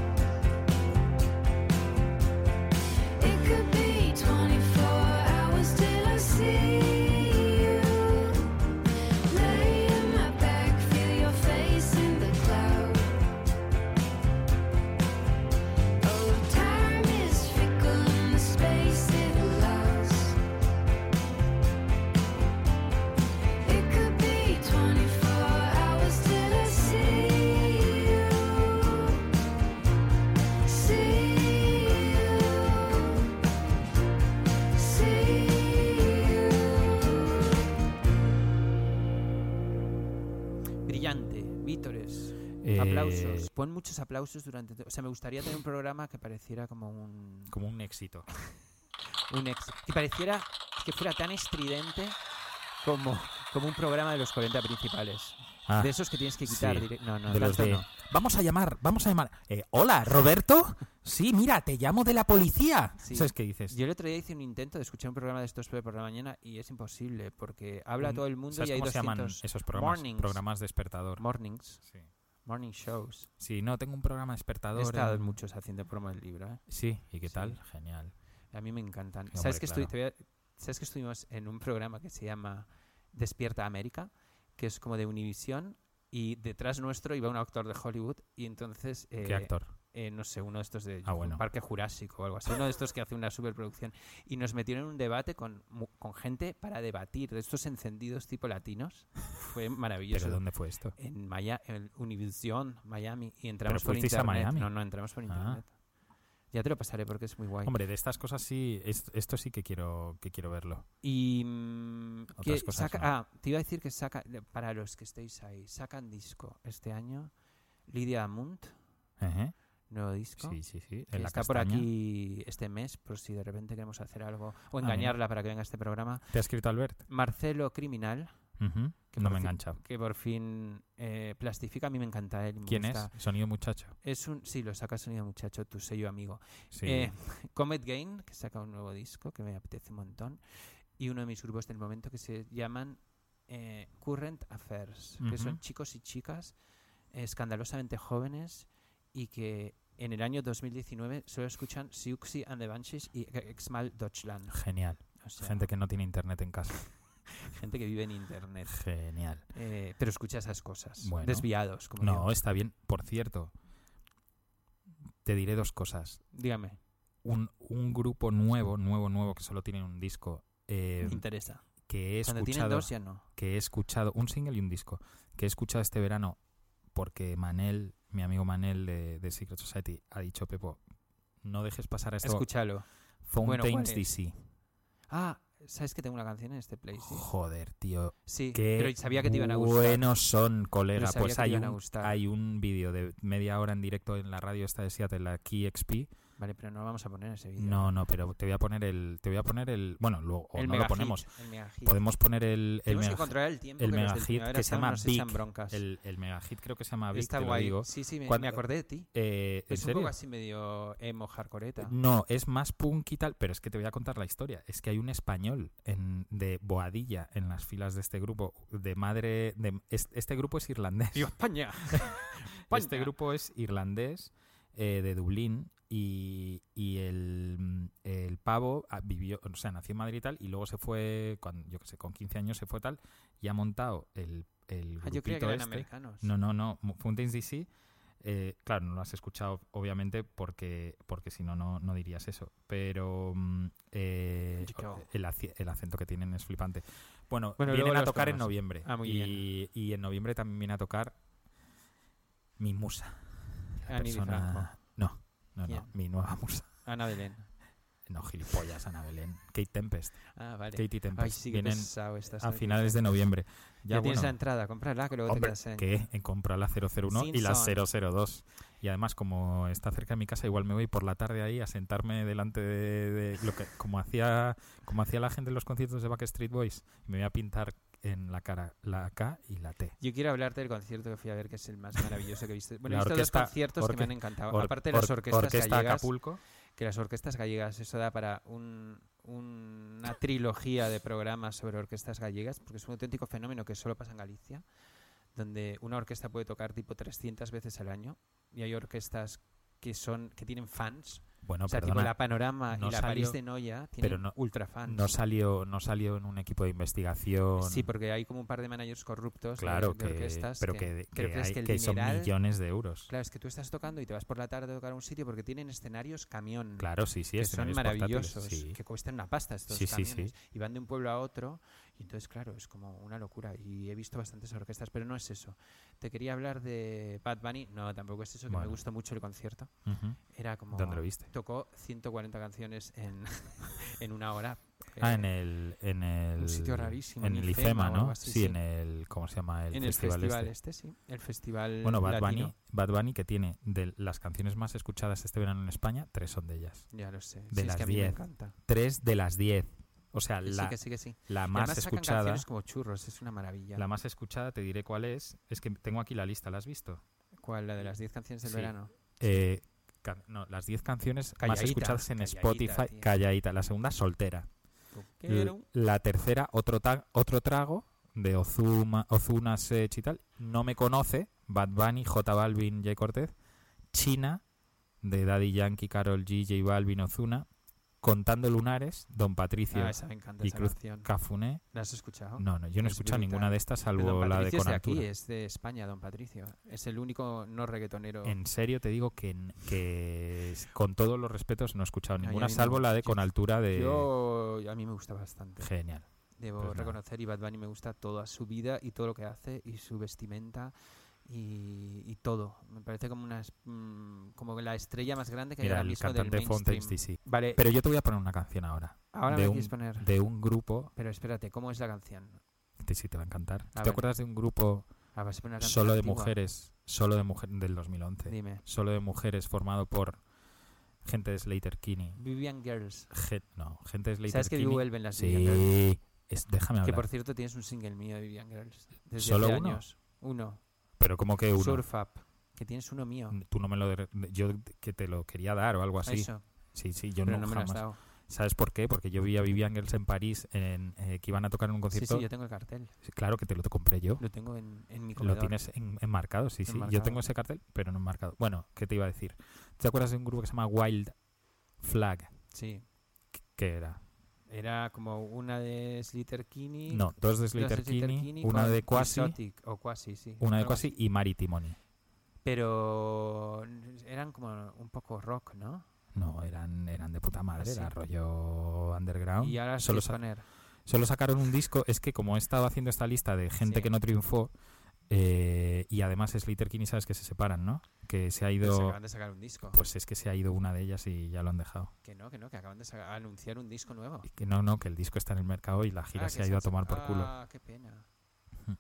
S7: It could be 24 hours till I see you. Lay in my back, feel your face in the cloud. Oh, time is fickle in the space it allows. It could be 24 hours till I see you, see you, see you.
S5: Brillante, vítores,
S6: Eh,
S5: aplausos. Pon muchos aplausos durante. to- O sea, me gustaría tener un programa que pareciera como un.
S6: Como un éxito.
S5: un ex- Que pareciera que fuera tan estridente como, como un programa de los 40 principales.
S6: Ah,
S5: de esos que tienes que quitar.
S6: sí.
S5: dire- No, no,
S6: de los
S5: tanto
S6: de, este.
S5: no.
S6: Vamos a llamar, vamos a llamar. Eh, Hola, Roberto. Sí, mira, te llamo de la policía.
S5: Sí.
S6: ¿Sabes qué dices?
S5: Yo el otro día hice un intento de escuchar un programa de estos por la mañana y es imposible porque habla todo el mundo
S6: Mm. ¿Sabes
S5: y hay
S6: cómo se llaman
S5: 200
S6: esos programas?
S5: Mornings.
S6: Programas despertador.
S5: mornings,
S6: sí.
S5: morning shows.
S6: Sí, no, tengo un programa
S5: He
S6: despertador.
S5: estado
S6: en-
S5: muchos haciendo promo del libro. ¿eh?
S6: Sí, ¿y qué
S5: Sí.
S6: tal? Genial.
S5: A mí me encantan.
S6: Hombre,
S5: ¿Sabes, que estu-
S6: claro.
S5: te voy a- ¿Sabes que estuvimos en un programa que se llama Despierta América? Que es como de Univisión y detrás nuestro iba un actor de Hollywood y entonces...
S6: ¿Qué
S5: eh,
S6: actor?
S5: eh, no sé, uno de estos de
S6: Ah, bueno.
S5: Parque Jurásico o algo así, uno de estos que hace una superproducción. Y nos metieron en un debate con, mu- con gente para debatir de estos encendidos tipo latinos. Fue maravilloso.
S6: ¿Pero dónde fue esto?
S5: En, Maya, en Univision, Miami, y entramos por
S6: fuisteis a
S5: internet.
S6: Miami?
S5: No, no, entramos por
S6: Ah.
S5: internet. Ya te lo pasaré porque es muy guay.
S6: Hombre, de estas cosas sí, es- esto sí que quiero, que quiero verlo.
S5: Y mm,
S6: Otras
S5: que
S6: cosas
S5: saca-
S6: no.
S5: ah, te iba a decir que saca para los que estéis ahí, sacan disco este año. Lidia Amunt,
S6: Ajá.
S5: nuevo disco.
S6: Sí, sí, sí.
S5: que
S6: En la
S5: está por
S6: castaña. Ah,
S5: aquí este mes, por si de repente queremos hacer algo o
S6: mira.
S5: engañarla para que venga a este programa.
S6: ¿Te ha escrito Albert?
S5: Marcelo Criminal,
S6: Ujú.
S5: Que por
S6: No me
S5: fin-
S6: engancha.
S5: que por fin eh, plastifica, a mí me encanta él. me
S6: ¿Quién es?
S5: gusta.
S6: Sonido muchacho.
S5: Es un, sí, lo saca Sonido Muchacho, tu sello amigo.
S6: Sí.
S5: Eh, Comet Gain, que saca un nuevo disco que me apetece un montón. Y uno de mis grupos del momento que se llaman eh, Current Affairs, que son
S6: Ujú.
S5: chicos y chicas eh, escandalosamente jóvenes y que en el año 2019 solo escuchan Siuxi and the Banshees y E- Exmal Deutschland.
S6: Genial.
S5: O sea,
S6: Gente que no tiene internet en casa.
S5: gente que vive en internet,
S6: Genial.
S5: eh, pero escucha esas cosas.
S6: Bueno.
S5: Desviados, como
S6: No,
S5: digo.
S6: está bien. Por cierto, te diré dos cosas.
S5: Dígame,
S6: Un, un grupo nuevo, nuevo, nuevo, que solo tiene un disco, eh,
S5: me interesa.
S6: que he
S5: Cuando tienen
S6: escuchado,
S5: dos ya no.
S6: que he escuchado, un single y un disco, que he escuchado este verano, porque Manel, mi amigo Manel de, de Secret Society, ha dicho, Pepo, no dejes pasar a esto.
S5: Escúchalo.
S6: Fountains
S5: ¿cuál es?
S6: DC.
S5: Ah, ¿sabes que tengo una canción en este play? Sí.
S6: Joder, tío,
S5: Sí,
S6: Qué
S5: pero sabía que te iban a gustar.
S6: Buenos son, colega.
S5: Pero sabía
S6: Pues
S5: que te
S6: hay
S5: iban a
S6: un,
S5: gustar.
S6: hay un vídeo de media hora en directo en la radio esta de Seattle, la Key XP.
S5: Vale, pero no vamos a poner ese vídeo.
S6: No, no, pero te voy a poner el. Te voy a poner el. Bueno, luego o
S5: el
S6: no
S5: mega
S6: lo ponemos.
S5: hit, el mega hit.
S6: Podemos poner el, el
S5: Tenemos que
S6: mega,
S5: controlar el tiempo
S6: el
S5: que los
S6: mega
S5: del
S6: hit
S5: Primavera
S6: que se
S5: Sound
S6: llama
S5: nos
S6: Big,
S5: echan broncas.
S6: el, el mega hit creo que se llama Big,
S5: Está
S6: te lo
S5: guay.
S6: digo.
S5: Sí, sí, me,
S6: Cuando-
S5: me acordé de ti.
S6: Eh, ¿En
S5: Es un
S6: serio?
S5: poco así medio emo hardcoreta.
S6: No, es más punk y tal, pero es que te voy a contar la historia. Es que hay un español en, de Boadilla en las filas de este grupo, de madre... De, es- este grupo es irlandés.
S5: ¡Viva España!
S6: Este
S5: España.
S6: grupo es irlandés eh, de Dublín y, y el, mm, el pavo ah, vivió, o sea, nació en Madrid y tal, y luego se fue, con, yo qué sé, con 15 años se fue tal, y ha montado el, el
S5: Ah, yo creía que
S6: grupito
S5: eran
S6: este.
S5: americanos.
S6: No, no, no. Mo- Fountains DC, eh, claro, no lo has escuchado, obviamente, porque, porque si no, no, no dirías eso. Pero mm, eh,
S5: Chico.
S6: el, aci- el acento que tienen es flipante. Bueno,
S5: Bueno, luego
S6: vienen a
S5: los
S6: tocar en
S5: tomamos.
S6: noviembre.
S5: Ah, muy
S6: y, y en noviembre también viene a tocar mi musa. La
S5: Ani Di Ah, Franco.
S6: persona... No, no,
S5: ¿Quién?
S6: no. Mi nueva musa.
S5: Ana Belén.
S6: No, gilipollas, Ana Belén. Kate Tempest.
S5: Ah, vale.
S6: Katie Tempest.
S5: Ay, sí, que
S6: Vienen
S5: pesado estas
S6: a
S5: noticias.
S6: finales de noviembre. Ya,
S5: Ya tienes la
S6: bueno,
S5: entrada, cómprala que luego
S6: hombre,
S5: te quedas en...
S6: que en comprar la 001 y la
S5: Simpsons.
S6: 002. Y además, como está cerca de mi casa, igual me voy por la tarde ahí a sentarme delante de, de lo que como hacía como hacía la gente en los conciertos de Backstreet Boys. Me voy a pintar en la cara la K y la T.
S5: Yo quiero hablarte del concierto que fui a ver, que es el más maravilloso que he visto. Bueno,
S6: La
S5: he visto
S6: orquesta-
S5: dos conciertos que
S6: orque-
S5: me han encantado.
S6: Or-
S5: Aparte de
S6: or-
S5: las orquestas
S6: orquesta
S5: gallegas,
S6: Acapulco.
S5: que las orquestas gallegas, eso da para un- una trilogía de programas sobre orquestas gallegas, porque es un auténtico fenómeno que solo pasa en Galicia, donde una orquesta puede tocar tipo 300 veces al año y hay orquestas que son que tienen fans,
S6: Bueno,
S5: o sea, tipo
S6: perdona,
S5: la Panorama
S6: no
S5: y la París
S6: salió-
S5: de Noia tienen
S6: pero no-
S5: ultra fans.
S6: no salió no salió en un equipo de investigación.
S5: Sí, porque hay como un par de managers corruptos de-
S6: claro
S5: de,
S6: que,
S5: orquestas.
S6: pero
S5: que-
S6: que,
S5: creo
S6: que
S5: que es
S6: hay-
S5: que el
S6: que son
S5: dineral-
S6: millones de euros.
S5: Claro, es que tú estás tocando y te vas por la tarde a tocar a un sitio porque tienen escenarios camión.
S6: Claro, sí, sí,
S5: que son
S6: escenarios
S5: maravillosos,
S6: portátiles, sí.
S5: que cuestan una pasta estos
S6: Sí, sí,
S5: camiones.
S6: sí.
S5: Y van de un pueblo a otro. Y entonces, claro, es como una locura. Y he visto bastantes orquestas, pero no es eso. Te quería hablar de Bad Bunny. No, tampoco es eso, que me
S6: Bueno.
S5: gustó mucho el concierto.
S6: Ujú.
S5: Era como...
S6: ¿Dónde lo viste?
S5: Tocó 140 canciones en, en una hora.
S6: Ah,
S5: Eh,
S6: en el. En el
S5: un sitio rarísimo,
S6: En
S5: en
S6: el
S5: Ifema
S6: IFEMA,
S5: o
S6: ¿no?
S5: algo así,
S6: sí,
S5: sí.
S6: en el. ¿Cómo se llama? El
S5: en
S6: festival, este.
S5: este. sí. El festival
S6: Bueno, Bad
S5: latino.
S6: Bunny, Bad Bunny, que tiene de las canciones más escuchadas este verano en España, tres son de ellas.
S5: Ya lo sé.
S6: de
S5: Sí, es
S6: las
S5: que a mí me
S6: 10.
S5: encanta.
S6: Tres de las diez. O sea,
S5: Que
S6: la,
S5: sí, que sí, que sí.
S6: la
S5: Y
S6: más
S5: además sacan
S6: escuchada.
S5: canciones como churros, es una maravilla.
S6: La más escuchada, te diré cuál es. Es que tengo aquí la lista, ¿la has visto?
S5: ¿Cuál? La de las 10 canciones del
S6: Sí.
S5: verano.
S6: Eh, can- no, las 10 canciones
S5: Calladita,
S6: más escuchadas en
S5: calladita,
S6: Spotify.
S5: tío.
S6: Calladita. La segunda, Soltera. L-
S5: Quiero-
S6: La tercera, Otro, ta- otro Trago, de Ozuma, Ozuna Sech y tal. No me conoce, Bad Bunny, J Balvin, J Cortez. China, de Daddy Yankee, Carol G, J Balvin, Ozuna. Contando Lunares, Don Patricio,
S5: Ah, esa me encanta
S6: y
S5: esa
S6: Cruz
S5: canción.
S6: Cafuné.
S5: ¿La has escuchado?
S6: No, no, yo no he
S5: Es
S6: escuchado ninguna
S5: brutal.
S6: de estas,
S5: Pero don
S6: salvo la de
S5: Patricio es de aquí, eh,
S6: Conartura.
S5: es de España, don Patricio. Es el único no reggaetonero.
S6: En serio te digo que, n- que s- con todos los respetos no he escuchado
S5: No, yo
S6: ninguna,
S5: ni-
S6: salvo la de
S5: yo-
S6: con altura de...
S5: Yo, a mí me gusta bastante.
S6: Genial.
S5: Debo
S6: eh, pues nada.
S5: reconocer, y Bad Bunny me gusta toda su vida y todo lo que hace, y su vestimenta, y, y todo. Me parece como una es- mm, como la estrella más grande que hay
S6: Mira,
S5: ahora
S6: el
S5: mismo
S6: cantante
S5: del mainstream.
S6: Fontaines DC.
S5: Vale,
S6: Pero yo te voy a poner una canción ahora.
S5: ahora
S6: de
S5: me
S6: un,
S5: quieres poner...
S6: De un grupo...
S5: Pero espérate, ¿cómo es la canción?
S6: Te, sí, te va a encantar. ¿Te
S5: ver.
S6: acuerdas de un grupo
S5: Ah, vas a poner una canción
S6: solo de
S5: antigua.
S6: mujeres? Solo de mujeres del 2011.
S5: Dime.
S6: Solo de mujeres formado por gente de Slater Kinney.
S5: Vivian Girls.
S6: gen- no, gente de Slater
S5: ¿Sabes que
S6: Kinney.
S5: vuelven las Vivian Girls?
S6: Sí. Es- déjame
S5: Que
S6: hablar.
S5: por cierto tienes un single mío de Vivian Girls. Desde
S6: ¿Solo
S5: hace
S6: uno?
S5: años. Uno.
S6: Pero como que uno...
S5: Surf Up. Que tienes uno mío.
S6: Tú no me lo... de- Yo que te lo quería dar o algo así.
S5: Eso.
S6: Sí, sí, yo
S5: pero
S6: no
S5: no me lo has
S6: jamás.
S5: dado.
S6: ¿Sabes por qué? Porque yo vi a Vivian Girls en París en, eh, que iban a tocar en un
S5: Sí,
S6: concierto.
S5: sí, yo tengo el cartel.
S6: Sí, Claro que te lo compré yo.
S5: Lo tengo en, en mi
S6: Lo
S5: comedor.
S6: tienes en- enmarcado, sí, sí. Yo
S5: Enmarcado.
S6: tengo ese cartel, pero no enmarcado. Bueno, ¿qué te iba a decir? ¿Te acuerdas de un grupo que se llama Wild Flag?
S5: Sí.
S6: ¿Qué era?
S5: Era como una de Slater Kinney.
S6: No, dos de
S5: dos de
S6: Slater Kinney,
S5: Kinney
S6: una
S5: con
S6: de Quasi,
S5: Exotic, o Quasi, sí.
S6: una de
S5: algo
S6: Quasi
S5: así.
S6: y Mari Timoni.
S5: Pero eran como un poco rock, ¿no?
S6: No, eran, eran de puta madre,
S5: Ah, sí.
S6: era rollo underground.
S5: Y ahora
S6: Solo
S5: solo poner.
S6: Solo sacaron un disco, es que como he estado haciendo esta lista de gente
S5: Sí.
S6: que no triunfó, eh, y además Slater Kinney sabes que se separan, ¿no? Que se ha
S5: Pero se
S6: ido...
S5: acaban de sacar un disco.
S6: Pues es que se ha ido una de ellas y ya lo han dejado.
S5: Que no, que no, que acaban de saca- anunciar un disco nuevo.
S6: Y que no, no, que el disco está en el mercado y la gira
S5: Ah,
S6: se
S5: que
S6: ha ido a
S5: han
S6: tomar
S5: saca-
S6: por culo.
S5: Ah, qué pena.
S6: Mm.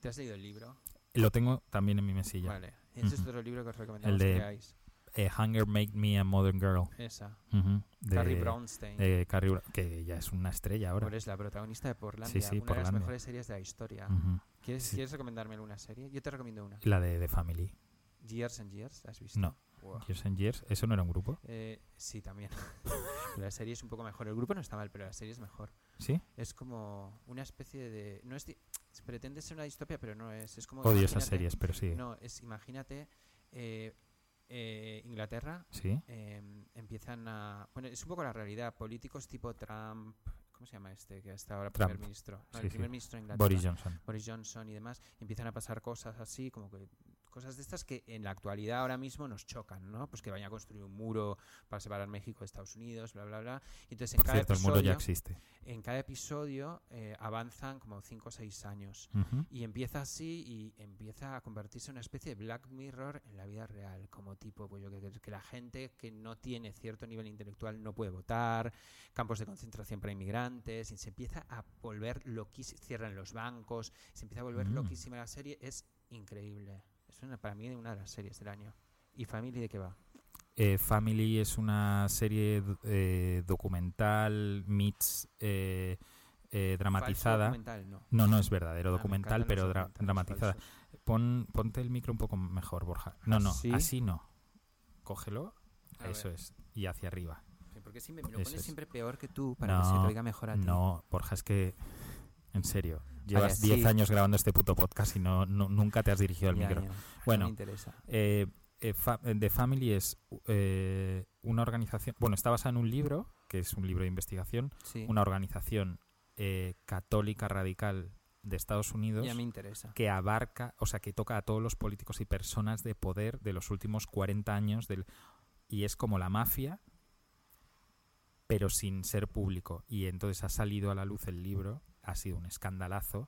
S5: ¿Te has leído el libro?
S6: Lo tengo también en mi mesilla.
S5: Vale. Ese es
S6: Ujú.
S5: otro libro que os recomendamos
S6: El de-
S5: que leáis.
S6: Eh, Hunger Made Me a Modern Girl.
S5: Esa.
S6: Ujú, de
S5: Carrie Brownstein.
S6: de Carrie Brown, que ya es una estrella ahora.
S5: Hombre, es la protagonista de Portlandia,
S6: Sí, sí,
S5: una de las
S6: Portlandia.
S5: mejores series de la historia.
S6: Ujú.
S5: ¿Quieres,
S6: sí.
S5: ¿Quieres recomendarme alguna serie? Yo te recomiendo una.
S6: La de The Family.
S5: Years and Years, ¿la ¿has visto?
S6: No.
S5: Buah.
S6: Years and Years. ¿Eso no era un grupo?
S5: Eh, sí, también. Pero la serie es un poco mejor. El grupo no está mal, pero la serie es mejor.
S6: ¿Sí?
S5: Es como una especie de... No es di- pretende ser una distopia, pero no es. Es como...
S6: Odio esas
S5: imagínate-
S6: series, pero sí.
S5: No, es imagínate eh, eh, Inglaterra
S6: ¿Sí?
S5: em, empiezan a. Bueno, es un poco la realidad. Políticos tipo Trump. ¿Cómo se llama este? Que hasta ahora primer
S6: Trump.
S5: ministro. No,
S6: Sí,
S5: el
S6: sí.
S5: primer ministro de Inglaterra.
S6: Boris Johnson.
S5: Boris Johnson y demás. y empiezan a pasar cosas así, como que Cosas de estas que en la actualidad ahora mismo nos chocan, ¿no? Pues que vayan a construir un muro para separar México de Estados Unidos, bla, bla, bla. Y entonces en
S6: Por
S5: cada
S6: cierto, el muro ya
S5: episodio,
S6: existe.
S5: en cada episodio eh, avanzan como 5 o 6 años.
S6: Ujú.
S5: Y empieza así y empieza a convertirse en una especie de Black Mirror en la vida real, como tipo pues yo que, que la gente que no tiene cierto nivel intelectual no puede votar, campos de concentración para inmigrantes, y se empieza a volver loquísima, cierran los bancos, se empieza a volver
S6: Mm.
S5: loquísima la serie, es increíble. Es una, para mí una de las series del año. ¿Y Family de qué va?
S6: Eh, Family es una serie eh, documental, meets eh, eh,
S5: Falso
S6: dramatizada.
S5: documental, no.
S6: No, no es verdadero
S5: Ah, me
S6: documental,
S5: encantan
S6: pero
S5: los
S6: dra-
S5: documentales
S6: dramatizada.
S5: falsos.
S6: Pon, ponte el micro un poco mejor, Borja. No, no,
S5: ¿Así?
S6: así no. Cógelo,
S5: ¿Ah, A
S6: eso
S5: ver.
S6: es, y hacia arriba.
S5: Porque siempre me lo
S6: Eso
S5: pones
S6: es.
S5: siempre peor que tú para que se
S6: No,
S5: te oiga mejor a ti.
S6: No, Borja, es que, en serio, llevas
S5: así.
S6: 10 años grabando este puto podcast y no, no- nunca te has dirigido al
S5: Ya,
S6: micro.
S5: ya, no
S6: Bueno,
S5: me interesa.
S6: Eh, eh, fa- eh, The Family es eh, una organización, bueno, está basada en un libro, que es un libro de investigación,
S5: Sí.
S6: una organización eh, católica radical de Estados Unidos
S5: Ya me interesa.
S6: que abarca, o sea, que toca a todos los políticos y personas de poder de los últimos 40 años del y es como la mafia pero sin ser público y entonces ha salido a la luz el libro, ha sido un escandalazo,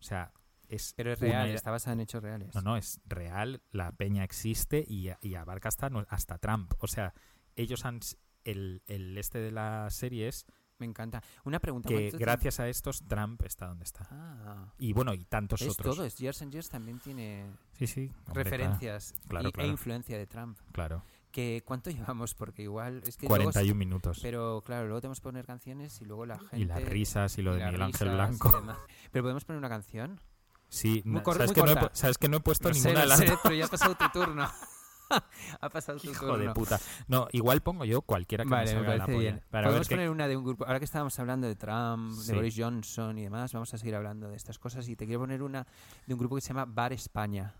S6: o sea, es
S5: Pero es
S6: una
S5: real,
S6: era-
S5: está basada en hechos reales.
S6: no, no, es real, la peña existe y, y abarca hasta, no- hasta Trump. O sea, ellos han... s- El, el este de la serie es
S5: Me encanta. Una pregunta.
S6: que
S5: ¿cuánto tiempo-
S6: gracias a estos Trump está donde está.
S5: Ah,
S6: Y bueno, y tantos
S5: es
S6: otros.
S5: todo. Es Years and Years también tiene
S6: Sí, sí. hombre,
S5: referencias
S6: Claro,
S5: y-
S6: claro.
S5: e influencia de Trump.
S6: Claro.
S5: Que, ¿Cuánto llevamos? Porque igual... Es que luego
S6: 41
S5: es-
S6: minutos.
S5: pero claro, luego tenemos que poner canciones y luego la gente...
S6: y las risas y lo
S5: y
S6: de
S5: las
S6: Miguel Ángel
S5: risas y
S6: Blanco.
S5: demás. Pero podemos poner una canción.
S6: Sí,
S5: Muy
S6: na-
S5: cor-
S6: ¿sabes,
S5: muy
S6: que no he,
S5: corta.
S6: pu- sabes que no he puesto
S5: No sé,
S6: ninguna de
S5: no
S6: las
S5: sé,
S6: dos?
S5: pero ya ha pasado tu turno. ha pasado tu
S6: Hijo
S5: turno.
S6: de puta. No, igual pongo yo cualquiera que me
S5: Vale, me
S6: salga de la
S5: parece
S6: polla.
S5: bien.
S6: Para ver
S5: Podemos
S6: qué-
S5: poner una de un grupo. Ahora que estábamos hablando de Trump,
S6: Sí.
S5: de Boris Johnson y demás, vamos a seguir hablando de estas cosas. Y te quiero poner una de un grupo que se llama Bar España.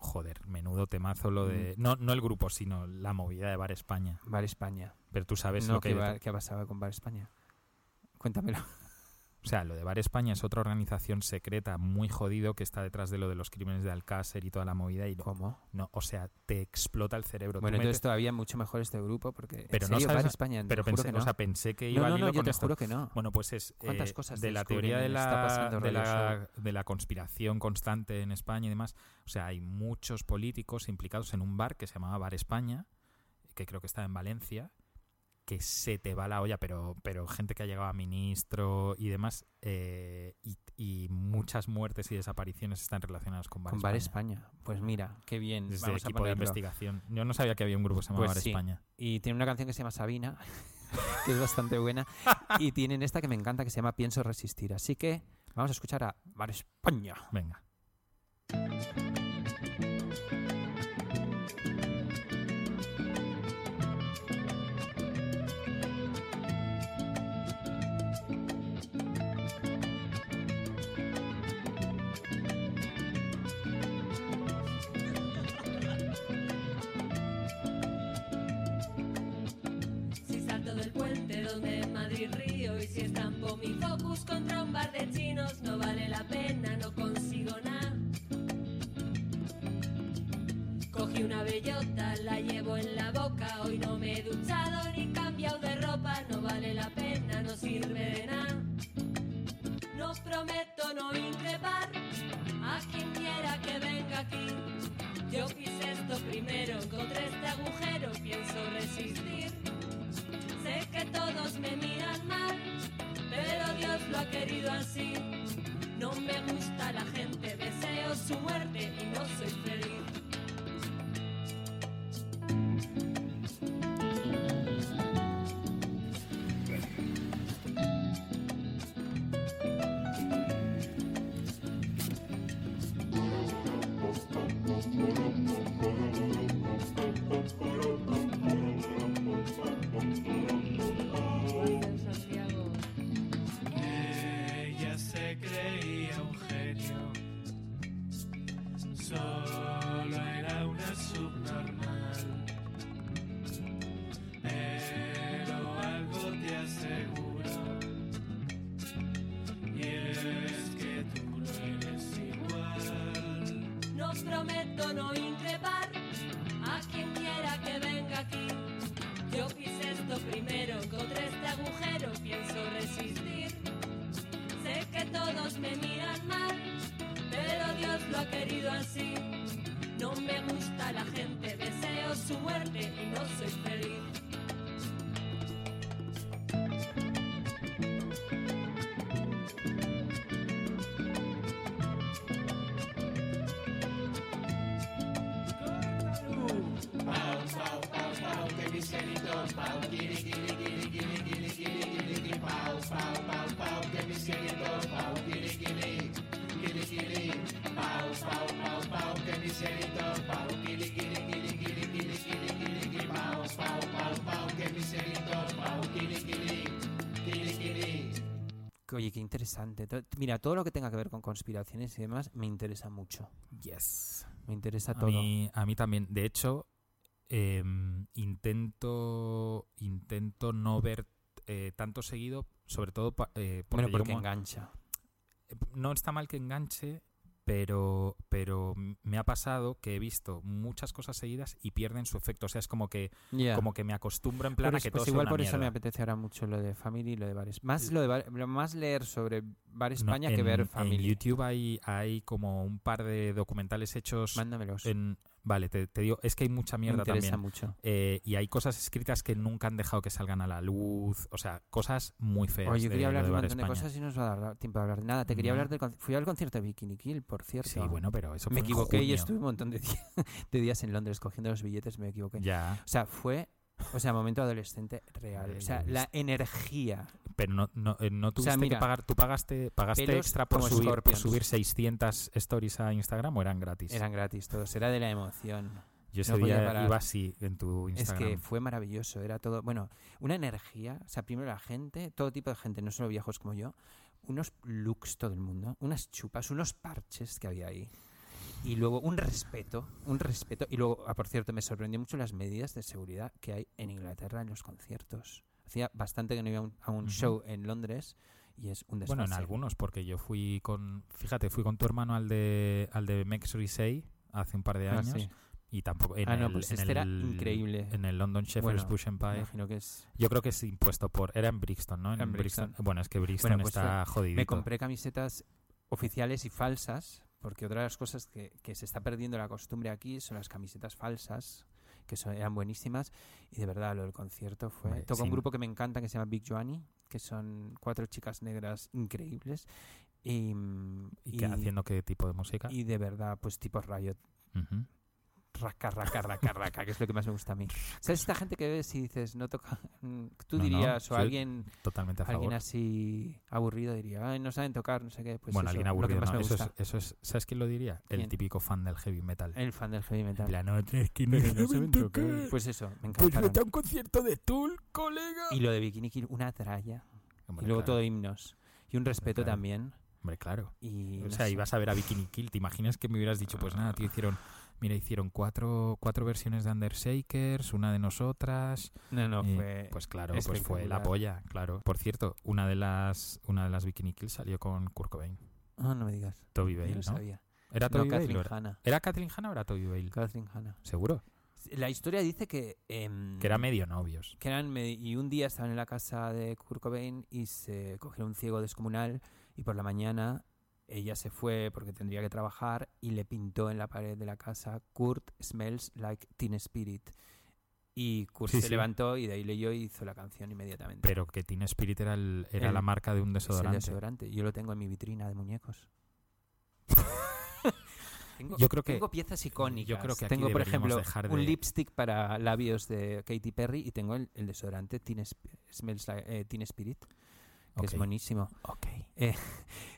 S6: Joder, menudo temazo lo de...
S5: Mm.
S6: No, no el grupo, sino la movida de Bar España.
S5: Bar España.
S6: Pero tú sabes
S5: no,
S6: lo que...
S5: ¿qué,
S6: hay
S5: va-
S6: detrás.
S5: qué ha pasado con Bar España? Cuéntamelo.
S6: O sea, lo de Bar España es otra organización secreta muy jodido que está detrás de lo de los crímenes de Alcácer y toda la movida. Y no,
S5: ¿Cómo?
S6: no, o sea, te explota el cerebro. Tú
S5: Bueno, entonces
S6: metes-
S5: todavía mucho mejor este grupo porque.
S6: Pero
S5: en
S6: no
S5: serio,
S6: sabes
S5: Bar
S6: na-
S5: España. te
S6: pero
S5: juro
S6: pensé,
S5: que no.
S6: o sea, pensé que iba
S5: no,
S6: al
S5: no,
S6: hilo
S5: no, yo
S6: con
S5: te
S6: esto.
S5: juro que no.
S6: Bueno, pues es
S5: ¿Cuántas
S6: eh,
S5: cosas
S6: de la
S5: descubren
S6: teoría de
S5: en Está
S6: la,
S5: pasando
S6: de,
S5: Radio
S6: la, de la conspiración constante en España y demás. O sea, hay muchos políticos implicados en un bar que se llamaba Bar España, que creo que está en Valencia, que se te va la olla, pero, pero gente que ha llegado a ministro y demás, eh, y, y muchas muertes y desapariciones están relacionadas con Bar
S5: con Bar
S6: España.
S5: España. Pues mira, qué bien.
S6: Desde
S5: vamos a
S6: equipo de
S5: ponerlo.
S6: investigación. Yo no sabía que había un grupo que se llamaba
S5: Pues
S6: Bar
S5: sí.
S6: España.
S5: y tiene una canción que se llama Sabina, que es bastante buena, y tienen esta que me encanta que se llama Pienso resistir. Así que vamos a escuchar a Bar España.
S6: Venga.
S8: Si salto del puente donde Madrid río y si estampo mi focus contra un bar de chinos, no vale la pena, no consigo nada. Cogí una bellota, la llevo en la boca, hoy no me he duchado ni cambiado de ropa, no vale la pena, no sirve de nada. No prometo no increpar a quien quiera que venga aquí. Yo quise esto primero, encontré este agujero, pienso resistir. Sé que todos me miran mal, pero Dios lo ha querido así. No me gusta la gente, deseo su muerte y no soy feliz.
S9: Ella se creía un genio, solo era una subnormal. Pero algo te aseguro, y es que tú no eres igual.
S8: No prometo no increpar este no soy feliz.
S5: Que, Oye, qué interesante. To- Mira, todo lo que tenga que ver con conspiraciones y demás me interesa mucho.
S6: Yes.
S5: Me interesa
S6: A
S5: todo.
S6: mí, a mí también. De hecho, em, intento, intento no ver eh, tanto seguido, sobre todo pa- eh, porque
S5: bueno,
S6: llega un
S5: porque
S6: mo-
S5: engancha.
S6: no está mal que enganche, pero, pero m- me ha pasado que he visto muchas cosas seguidas y pierden su efecto. O sea, es como que,
S5: Ya.
S6: como que me acostumbro en
S5: Por
S6: plan a
S5: eso-
S6: que
S5: pues
S6: todo sea
S5: igual
S6: una
S5: por eso me
S6: mierda.
S5: apetece ahora mucho lo de Family y lo de Bar España. Más, lo de Bar- lo más leer sobre Bar
S6: No,
S5: España que
S6: en-
S5: ver Family.
S6: En YouTube hay, hay como un par de documentales hechos.
S5: Mándamelos.
S6: en- vale, te, te digo, es que hay mucha
S5: me
S6: mierda
S5: interesa
S6: también.
S5: mucho.
S6: Eh, y hay cosas escritas que nunca han dejado que salgan a la luz. O sea, cosas muy feas.
S5: Oye,
S6: de
S5: yo quería hablar
S6: lo
S5: de un
S6: Bar
S5: montón de
S6: España.
S5: cosas y no nos va a dar tiempo de hablar de nada. Te quería
S6: No.
S5: hablar del conci- Fui al concierto de Bikini Kill, por cierto.
S6: Sí, bueno, pero eso
S5: me
S6: fue en
S5: equivoqué y
S6: junio.
S5: estuve un montón de, día- de días en Londres cogiendo los billetes, me equivoqué.
S6: Ya,
S5: O sea, fue, o sea, momento adolescente real. O sea,
S6: Ya
S5: la energía.
S6: pero no, no, eh, no tuviste
S5: mira,
S6: que pagar. Tú pagaste, pagaste
S5: pelos
S6: extra por
S5: como
S6: subir, por
S5: escorpions.
S6: subir 600 stories a Instagram o eran gratis.
S5: Eran gratis todos, era de la emoción.
S6: Yo ese
S5: no podía
S6: día
S5: parar.
S6: iba así en tu Instagram.
S5: Es que fue maravilloso, era todo, bueno, una energía, o sea, primero la gente, todo tipo de gente, no solo viejos como yo, unos looks todo el mundo, unas chupas, unos parches que había ahí. Y luego un respeto, un respeto. Y luego, ah, por cierto, me sorprendió mucho las medidas de seguridad que hay en Inglaterra en los conciertos. Hacía bastante que no iba a un, a un
S6: Ujú.
S5: show en Londres y es un desastre.
S6: Bueno, en algunos, porque yo fui con. Fíjate, fui con tu hermano al de, al de Mex Risey hace un par de años. Y tampoco. En
S5: Ah, no,
S6: el-
S5: pues
S6: en
S5: este era
S6: el-
S5: increíble.
S6: En el London Shepherd's
S5: Bueno,
S6: Bush Empire.
S5: Imagino que es...
S6: Yo creo que es impuesto por. Era en Brixton, ¿no? En,
S5: Era en Brixton.
S6: Bueno, es que Brixton
S5: Bueno, pues
S6: está jodidito.
S5: Me compré camisetas oficiales y falsas, porque otra de las cosas que, que se está perdiendo la costumbre aquí son las camisetas falsas, que son, eran buenísimas. Y de verdad, lo del concierto fue.
S6: Hombre,
S5: Tocó
S6: sí.
S5: un grupo que me encanta que se llama Big Joanny, que son cuatro chicas negras increíbles. Y,
S6: ¿Y, qué- haciendo qué tipo de música?
S5: y de verdad, pues tipo Riot.
S6: Ujú.
S5: Raca, raca, raca, raca, que es lo que más me gusta a mí. ¿Sabes esta gente que ves y dices, no toca. mm, Tú
S6: No, no,
S5: dirías, o
S6: sí.
S5: alguien
S6: Totalmente a
S5: alguien
S6: favor.
S5: así aburrido diría, Ay, no saben tocar, no sé qué. Pues
S6: bueno,
S5: eso,
S6: alguien
S5: lo que
S6: aburrido.
S5: más
S6: ¿no?
S5: me
S6: Eso, es,
S5: gusta.
S6: eso es. ¿Sabes quién lo diría?
S5: ¿Quién? Eh.
S6: El típico fan del heavy metal.
S5: El fan del heavy
S6: En
S5: metal.
S6: plan, "No, es que no, no saben tocar".
S5: Pues eso, me
S6: Pues
S5: encantaron.
S6: vete a un concierto de Tool, colega.
S5: Y lo de Bikini Kill, una tralla.
S6: Hombre,
S5: y luego
S6: claro.
S5: todo himnos. Y un respeto
S6: claro.
S5: también.
S6: Hombre, claro.
S5: Y,
S6: O
S5: no
S6: sea,
S5: sé.
S6: ibas a ver a Bikini Kill. ¿Te imaginas que me hubieras dicho, pues nada, tío, hicieron. Mira, hicieron cuatro, cuatro versiones de Undershakers, una de nosotras.
S5: No, no,
S6: eh,
S5: fue...
S6: pues claro, pues fue la
S5: espectacular.
S6: polla, claro. Por cierto, una de las, una de las Bikini Kill salió con Kurt Cobain.
S5: Ah, no me digas.
S6: Toby
S5: Yo
S6: Bale,
S5: lo
S6: ¿no?
S5: sabía.
S6: ¿Era
S5: No,
S6: Toby Bale?
S5: Kathleen
S6: o era-
S5: Hanna.
S6: ¿Era Kathleen Hanna o era Toby Bale?
S5: Kathleen Hanna.
S6: Seguro.
S5: La historia dice que... em,
S6: Que era medio novios.
S5: que eran me- y un día estaban en la casa de Kurt Cobain y se cogieron un ciego descomunal y por la mañana ella se fue porque tendría que trabajar y le pintó en la pared de la casa Kurt smells like teen spirit y Kurt
S6: Sí,
S5: se
S6: sí.
S5: levantó y de ahí leyó y hizo la canción inmediatamente
S6: Pero que Teen Spirit era, el- era
S5: El-
S6: la marca de un
S5: Es el
S6: desodorante.
S5: desodorante. yo lo tengo en mi vitrina de muñecos Tengo,
S6: Yo creo que-
S5: tengo piezas icónicas.
S6: yo creo que aquí
S5: tengo, por
S6: deberíamos
S5: ejemplo,
S6: dejar
S5: un
S6: de-
S5: lipstick para labios de Katy Perry y tengo el, el desodorante Teen, Sp- Smells Like- eh, Teen Spirit, que es
S6: Ok.
S5: buenísimo.
S6: Ok.
S5: Eh,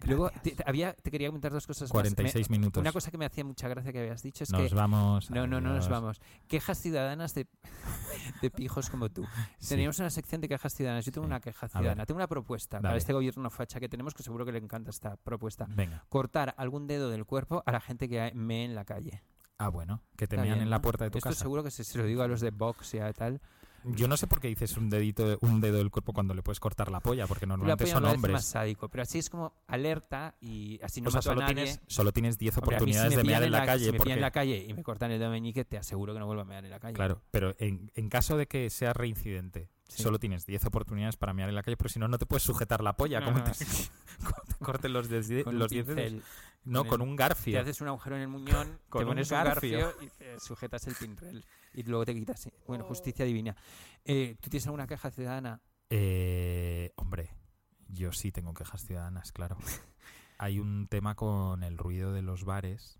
S5: Luego, te, te- había, te quería comentar dos cosas. más. Me-
S6: 46 minutos.
S5: una cosa que me hacía mucha gracia que habías dicho es
S6: nos
S5: que.
S6: vamos.
S5: No, no, no nos
S6: adiós.
S5: vamos. Quejas ciudadanas de, de pijos como tú.
S6: Sí.
S5: Teníamos una sección de quejas ciudadanas. Yo tengo
S6: Sí.
S5: una queja
S6: ver.
S5: ciudadana. Tengo una propuesta para
S6: Dale.
S5: este gobierno facha que tenemos que seguro que le encanta esta propuesta.
S6: Venga.
S5: Cortar algún dedo del cuerpo a la gente que mee en la calle.
S6: Ah, bueno. Que te
S5: Está
S6: mean
S5: bien,
S6: en la
S5: ¿no?
S6: puerta de tu
S5: Esto
S6: casa.
S5: seguro que si se lo digo a los de Vox y a tal.
S6: Yo no sé por qué dices un dedito, un dedo del cuerpo cuando le puedes cortar la polla, porque
S5: La
S6: normalmente
S5: polla
S6: son
S5: me parece
S6: hombres.
S5: más sádico, pero así es como alerta y así no
S6: o sea,
S5: mato a
S6: solo
S5: nadie.
S6: tienes, solo tienes 10
S5: Hombre, a mí si
S6: oportunidades
S5: me
S6: de
S5: pillan
S6: mear en la, calle.
S5: Si me
S6: porque,
S5: pillan en la calle y me cortan el dedo meñique, te aseguro que no vuelvo a mear en la calle.
S6: Claro, pero en, en caso de que sea reincidente,
S5: Sí.
S6: solo tienes 10 oportunidades para mear en la calle, porque si no, no te puedes sujetar la polla.
S5: No,
S6: como
S5: no,
S6: te-
S5: sí.
S6: como te- corten los, desde-
S5: Con un
S6: los dientes.
S5: pincel.
S6: No,
S5: Con el-
S6: con un
S5: Te
S6: garfio.
S5: haces un agujero en el muñón,
S6: Con
S5: te
S6: un
S5: pones un
S6: garfio.
S5: garfio y te sujetas el pinrel. Y luego te quitas. sí. Bueno, justicia divina. Eh, ¿Tú tienes alguna queja ciudadana?
S6: Eh, hombre, yo sí tengo quejas ciudadanas, claro. Hay un tema con el ruido de los bares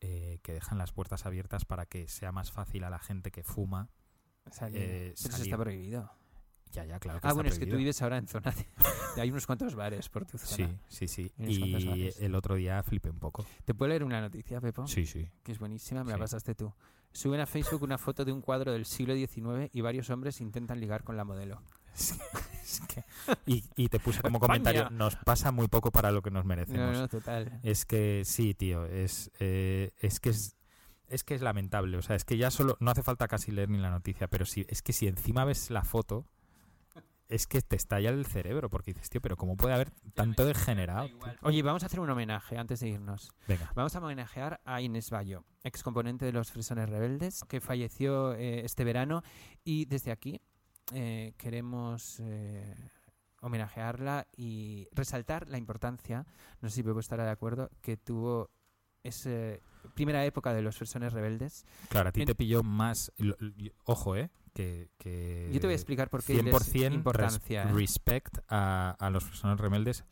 S6: eh, que dejan las puertas abiertas para que sea más fácil a la gente que fuma.
S5: Salir.
S6: Eh,
S5: Pero eso
S6: salir.
S5: está prohibido.
S6: Ya, ya, claro. Que
S5: Ah,
S6: está
S5: bueno, es que tú
S6: prohibido.
S5: vives ahora en zona de... Hay unos cuantos bares por tu zona.
S6: Sí, sí, sí.
S5: En unos cuantos
S6: Y
S5: bares.
S6: el otro día flipé un poco.
S5: ¿Te puedo leer una noticia, Pepo?
S6: Sí, sí.
S5: Que es buenísima, me la
S6: Sí.
S5: pasaste tú. Suben a Facebook una foto de un cuadro del siglo XIX y varios hombres intentan ligar con la modelo.
S6: Es que- y, y te puse
S5: Pues,
S6: como comentario,
S5: España.
S6: nos pasa muy poco para lo que nos merecemos.
S5: No, no, total.
S6: Es que sí, tío, es, eh, es que es, es que es lamentable. O sea, es que ya solo no hace falta casi leer ni la noticia, pero si, es que si encima ves la foto, es que te estalla el cerebro porque dices, tío, pero cómo puede haber tanto degenerado. tío?
S5: Oye, vamos a hacer un homenaje antes de irnos.
S6: Venga,
S5: Vamos a homenajear a Inés Bayo, ex componente de los Fresones Rebeldes, que falleció eh, este verano. Y desde aquí eh, queremos eh, homenajearla y resaltar la importancia, no sé si Pepo estará de acuerdo, que tuvo esa primera época de los Fresones Rebeldes.
S6: claro, a ti
S5: en-
S6: te pilló más. lo- lo- Ojo, eh, que, que
S5: Yo te voy a explicar por qué les
S6: 100% res-
S5: importancia. ¿eh?
S6: respect a, a los personas rebeldes.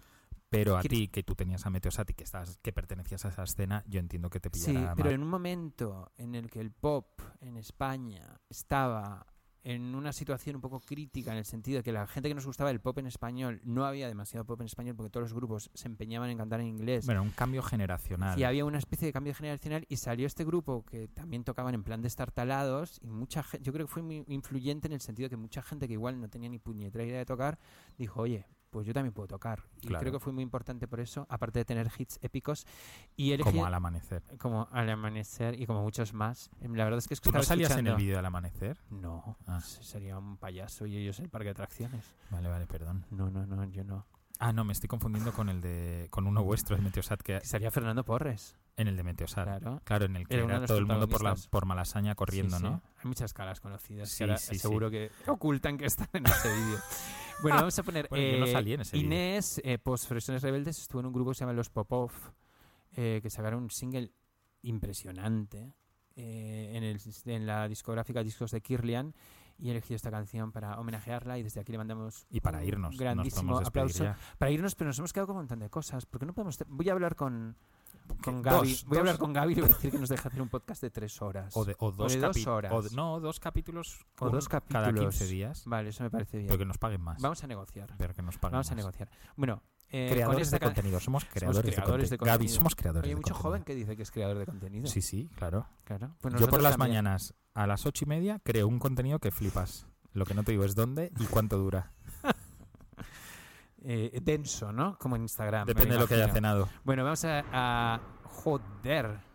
S6: Pero a
S5: Quiero-
S6: ti, que tú tenías a Meteosati, que estás, que pertenecías a esa escena, yo entiendo que te
S5: Sí,
S6: pillará
S5: pero en un momento en el que el pop en España estaba en una situación un poco crítica en el sentido de que la gente que nos gustaba el pop en español no había demasiado pop en español porque todos los grupos se empeñaban en cantar en inglés
S6: Bueno, un cambio generacional.
S5: y había una especie de cambio generacional y salió este grupo que también tocaban en plan destartalados y mucha gente, yo creo que fue muy influyente en el sentido que mucha gente que igual no tenía ni puñetera idea de tocar dijo, oye, pues yo también puedo tocar. Y
S6: Claro.
S5: creo que fue muy importante por eso, aparte de tener hits épicos. Y él
S6: como al amanecer.
S5: como al amanecer y como muchos más. Em, La verdad es que
S6: ¿Tú Pues no
S5: estaba
S6: salías en el
S5: escuchando-
S6: vídeo al amanecer?
S5: No,
S6: Ah.
S5: se- sería un payaso y ellos el parque de atracciones.
S6: Vale, vale, perdón.
S5: No, no, no, yo no.
S6: Ah, no, me estoy confundiendo con el de con uno vuestro de Meteosat que
S5: Sería Fernando Porres.
S6: en el de Meteosat.
S5: Claro.
S6: en el que
S5: Era uno de
S6: era
S5: los
S6: todo el mundo por la
S5: protagonistas.
S6: por malasaña corriendo,
S5: Sí, sí.
S6: ¿no?
S5: Hay muchas caras conocidas
S6: Sí,
S5: que ahora
S6: sí, sí.
S5: seguro que ocultan que están en ese vídeo. Bueno, vamos a poner.
S6: Bueno, yo no
S5: eh,
S6: salí en ese vídeo.
S5: Inés, eh, post Fresones Rebeldes, estuvo en un grupo que se llama Los Popov, eh, que sacaron un single impresionante eh, en, el- en la discográfica Discos de Kirlian y he elegido esta canción para homenajearla y desde aquí le mandamos
S6: Y para
S5: un
S6: irnos,
S5: grandísimo
S6: nos podemos
S5: aplauso
S6: despedir ya.
S5: para irnos, pero nos hemos quedado con un montón de cosas. porque no podemos? te- Voy a hablar con, con
S6: Dos,
S5: Gaby. Voy
S6: dos.
S5: a hablar con Gaby y le voy a decir que nos deja hacer un podcast de tres horas.
S6: O, de- o dos,
S5: de dos
S6: capi-
S5: horas.
S6: o de- no, dos capítulos
S5: O dos
S6: con- cada
S5: capítulos.
S6: 15 días,
S5: Vale, eso me parece bien.
S6: pero que nos paguen más.
S5: Vamos a negociar.
S6: pero que nos paguen
S5: Vamos a
S6: más.
S5: negociar. Bueno, eh, con
S6: Creadores
S5: esta
S6: de
S5: can-
S6: contenido, somos creadores,
S5: creadores
S6: de,
S5: de
S6: contenido. Gaby,
S5: contenido.
S6: somos creadores
S5: Hay
S6: de
S5: mucho joven
S6: contenido.
S5: que dice que es creador de contenido.
S6: Sí, sí, claro.
S5: Claro. Pues
S6: Yo por
S5: nosotros
S6: las
S5: también.
S6: mañanas a las ocho y media creo un contenido que flipas. Lo que no te digo es dónde y cuánto dura.
S5: Eh, denso, ¿no? Como en Instagram. Ah, me
S6: Depende de lo que haya
S5: imagino.
S6: cenado.
S5: Bueno, vamos a, a- Joder.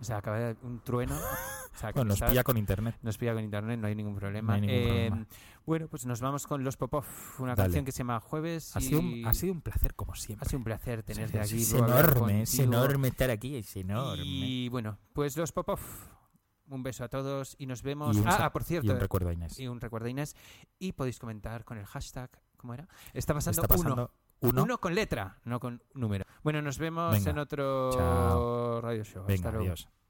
S5: O sea, acaba de un trueno. O sea, que
S6: Bueno, nos
S5: ¿sabes?
S6: pilla con internet.
S5: Nos pilla con internet, no hay ningún problema.
S6: No hay ningún
S5: Eh,
S6: problema.
S5: Bueno, pues nos vamos con Los Popov, una
S6: Dale.
S5: canción que se llama Jueves.
S6: Ha,
S5: y
S6: sido un, ha sido un placer como
S5: ha
S6: siempre.
S5: sido un placer tenerte
S6: Es-
S5: aquí.
S6: es
S5: Bob, hablar
S6: enorme, es
S5: contigo.
S6: enorme estar aquí, es enorme. Y,
S5: Y bueno, pues Los Popov, un beso a todos y nos vemos.
S6: Y un
S5: ah,
S6: sa-
S5: ah, por cierto,
S6: un recuerdo a Inés.
S5: y un recuerdo Inés. Y podéis comentar con el hashtag, ¿cómo era? Está pasando,
S6: Está pasando uno.
S5: uno. Uno con letra, no con número. Bueno, nos vemos
S6: Venga.
S5: en otro
S6: Chao.
S5: radio show.
S6: Venga,
S5: Hasta luego.
S6: adiós.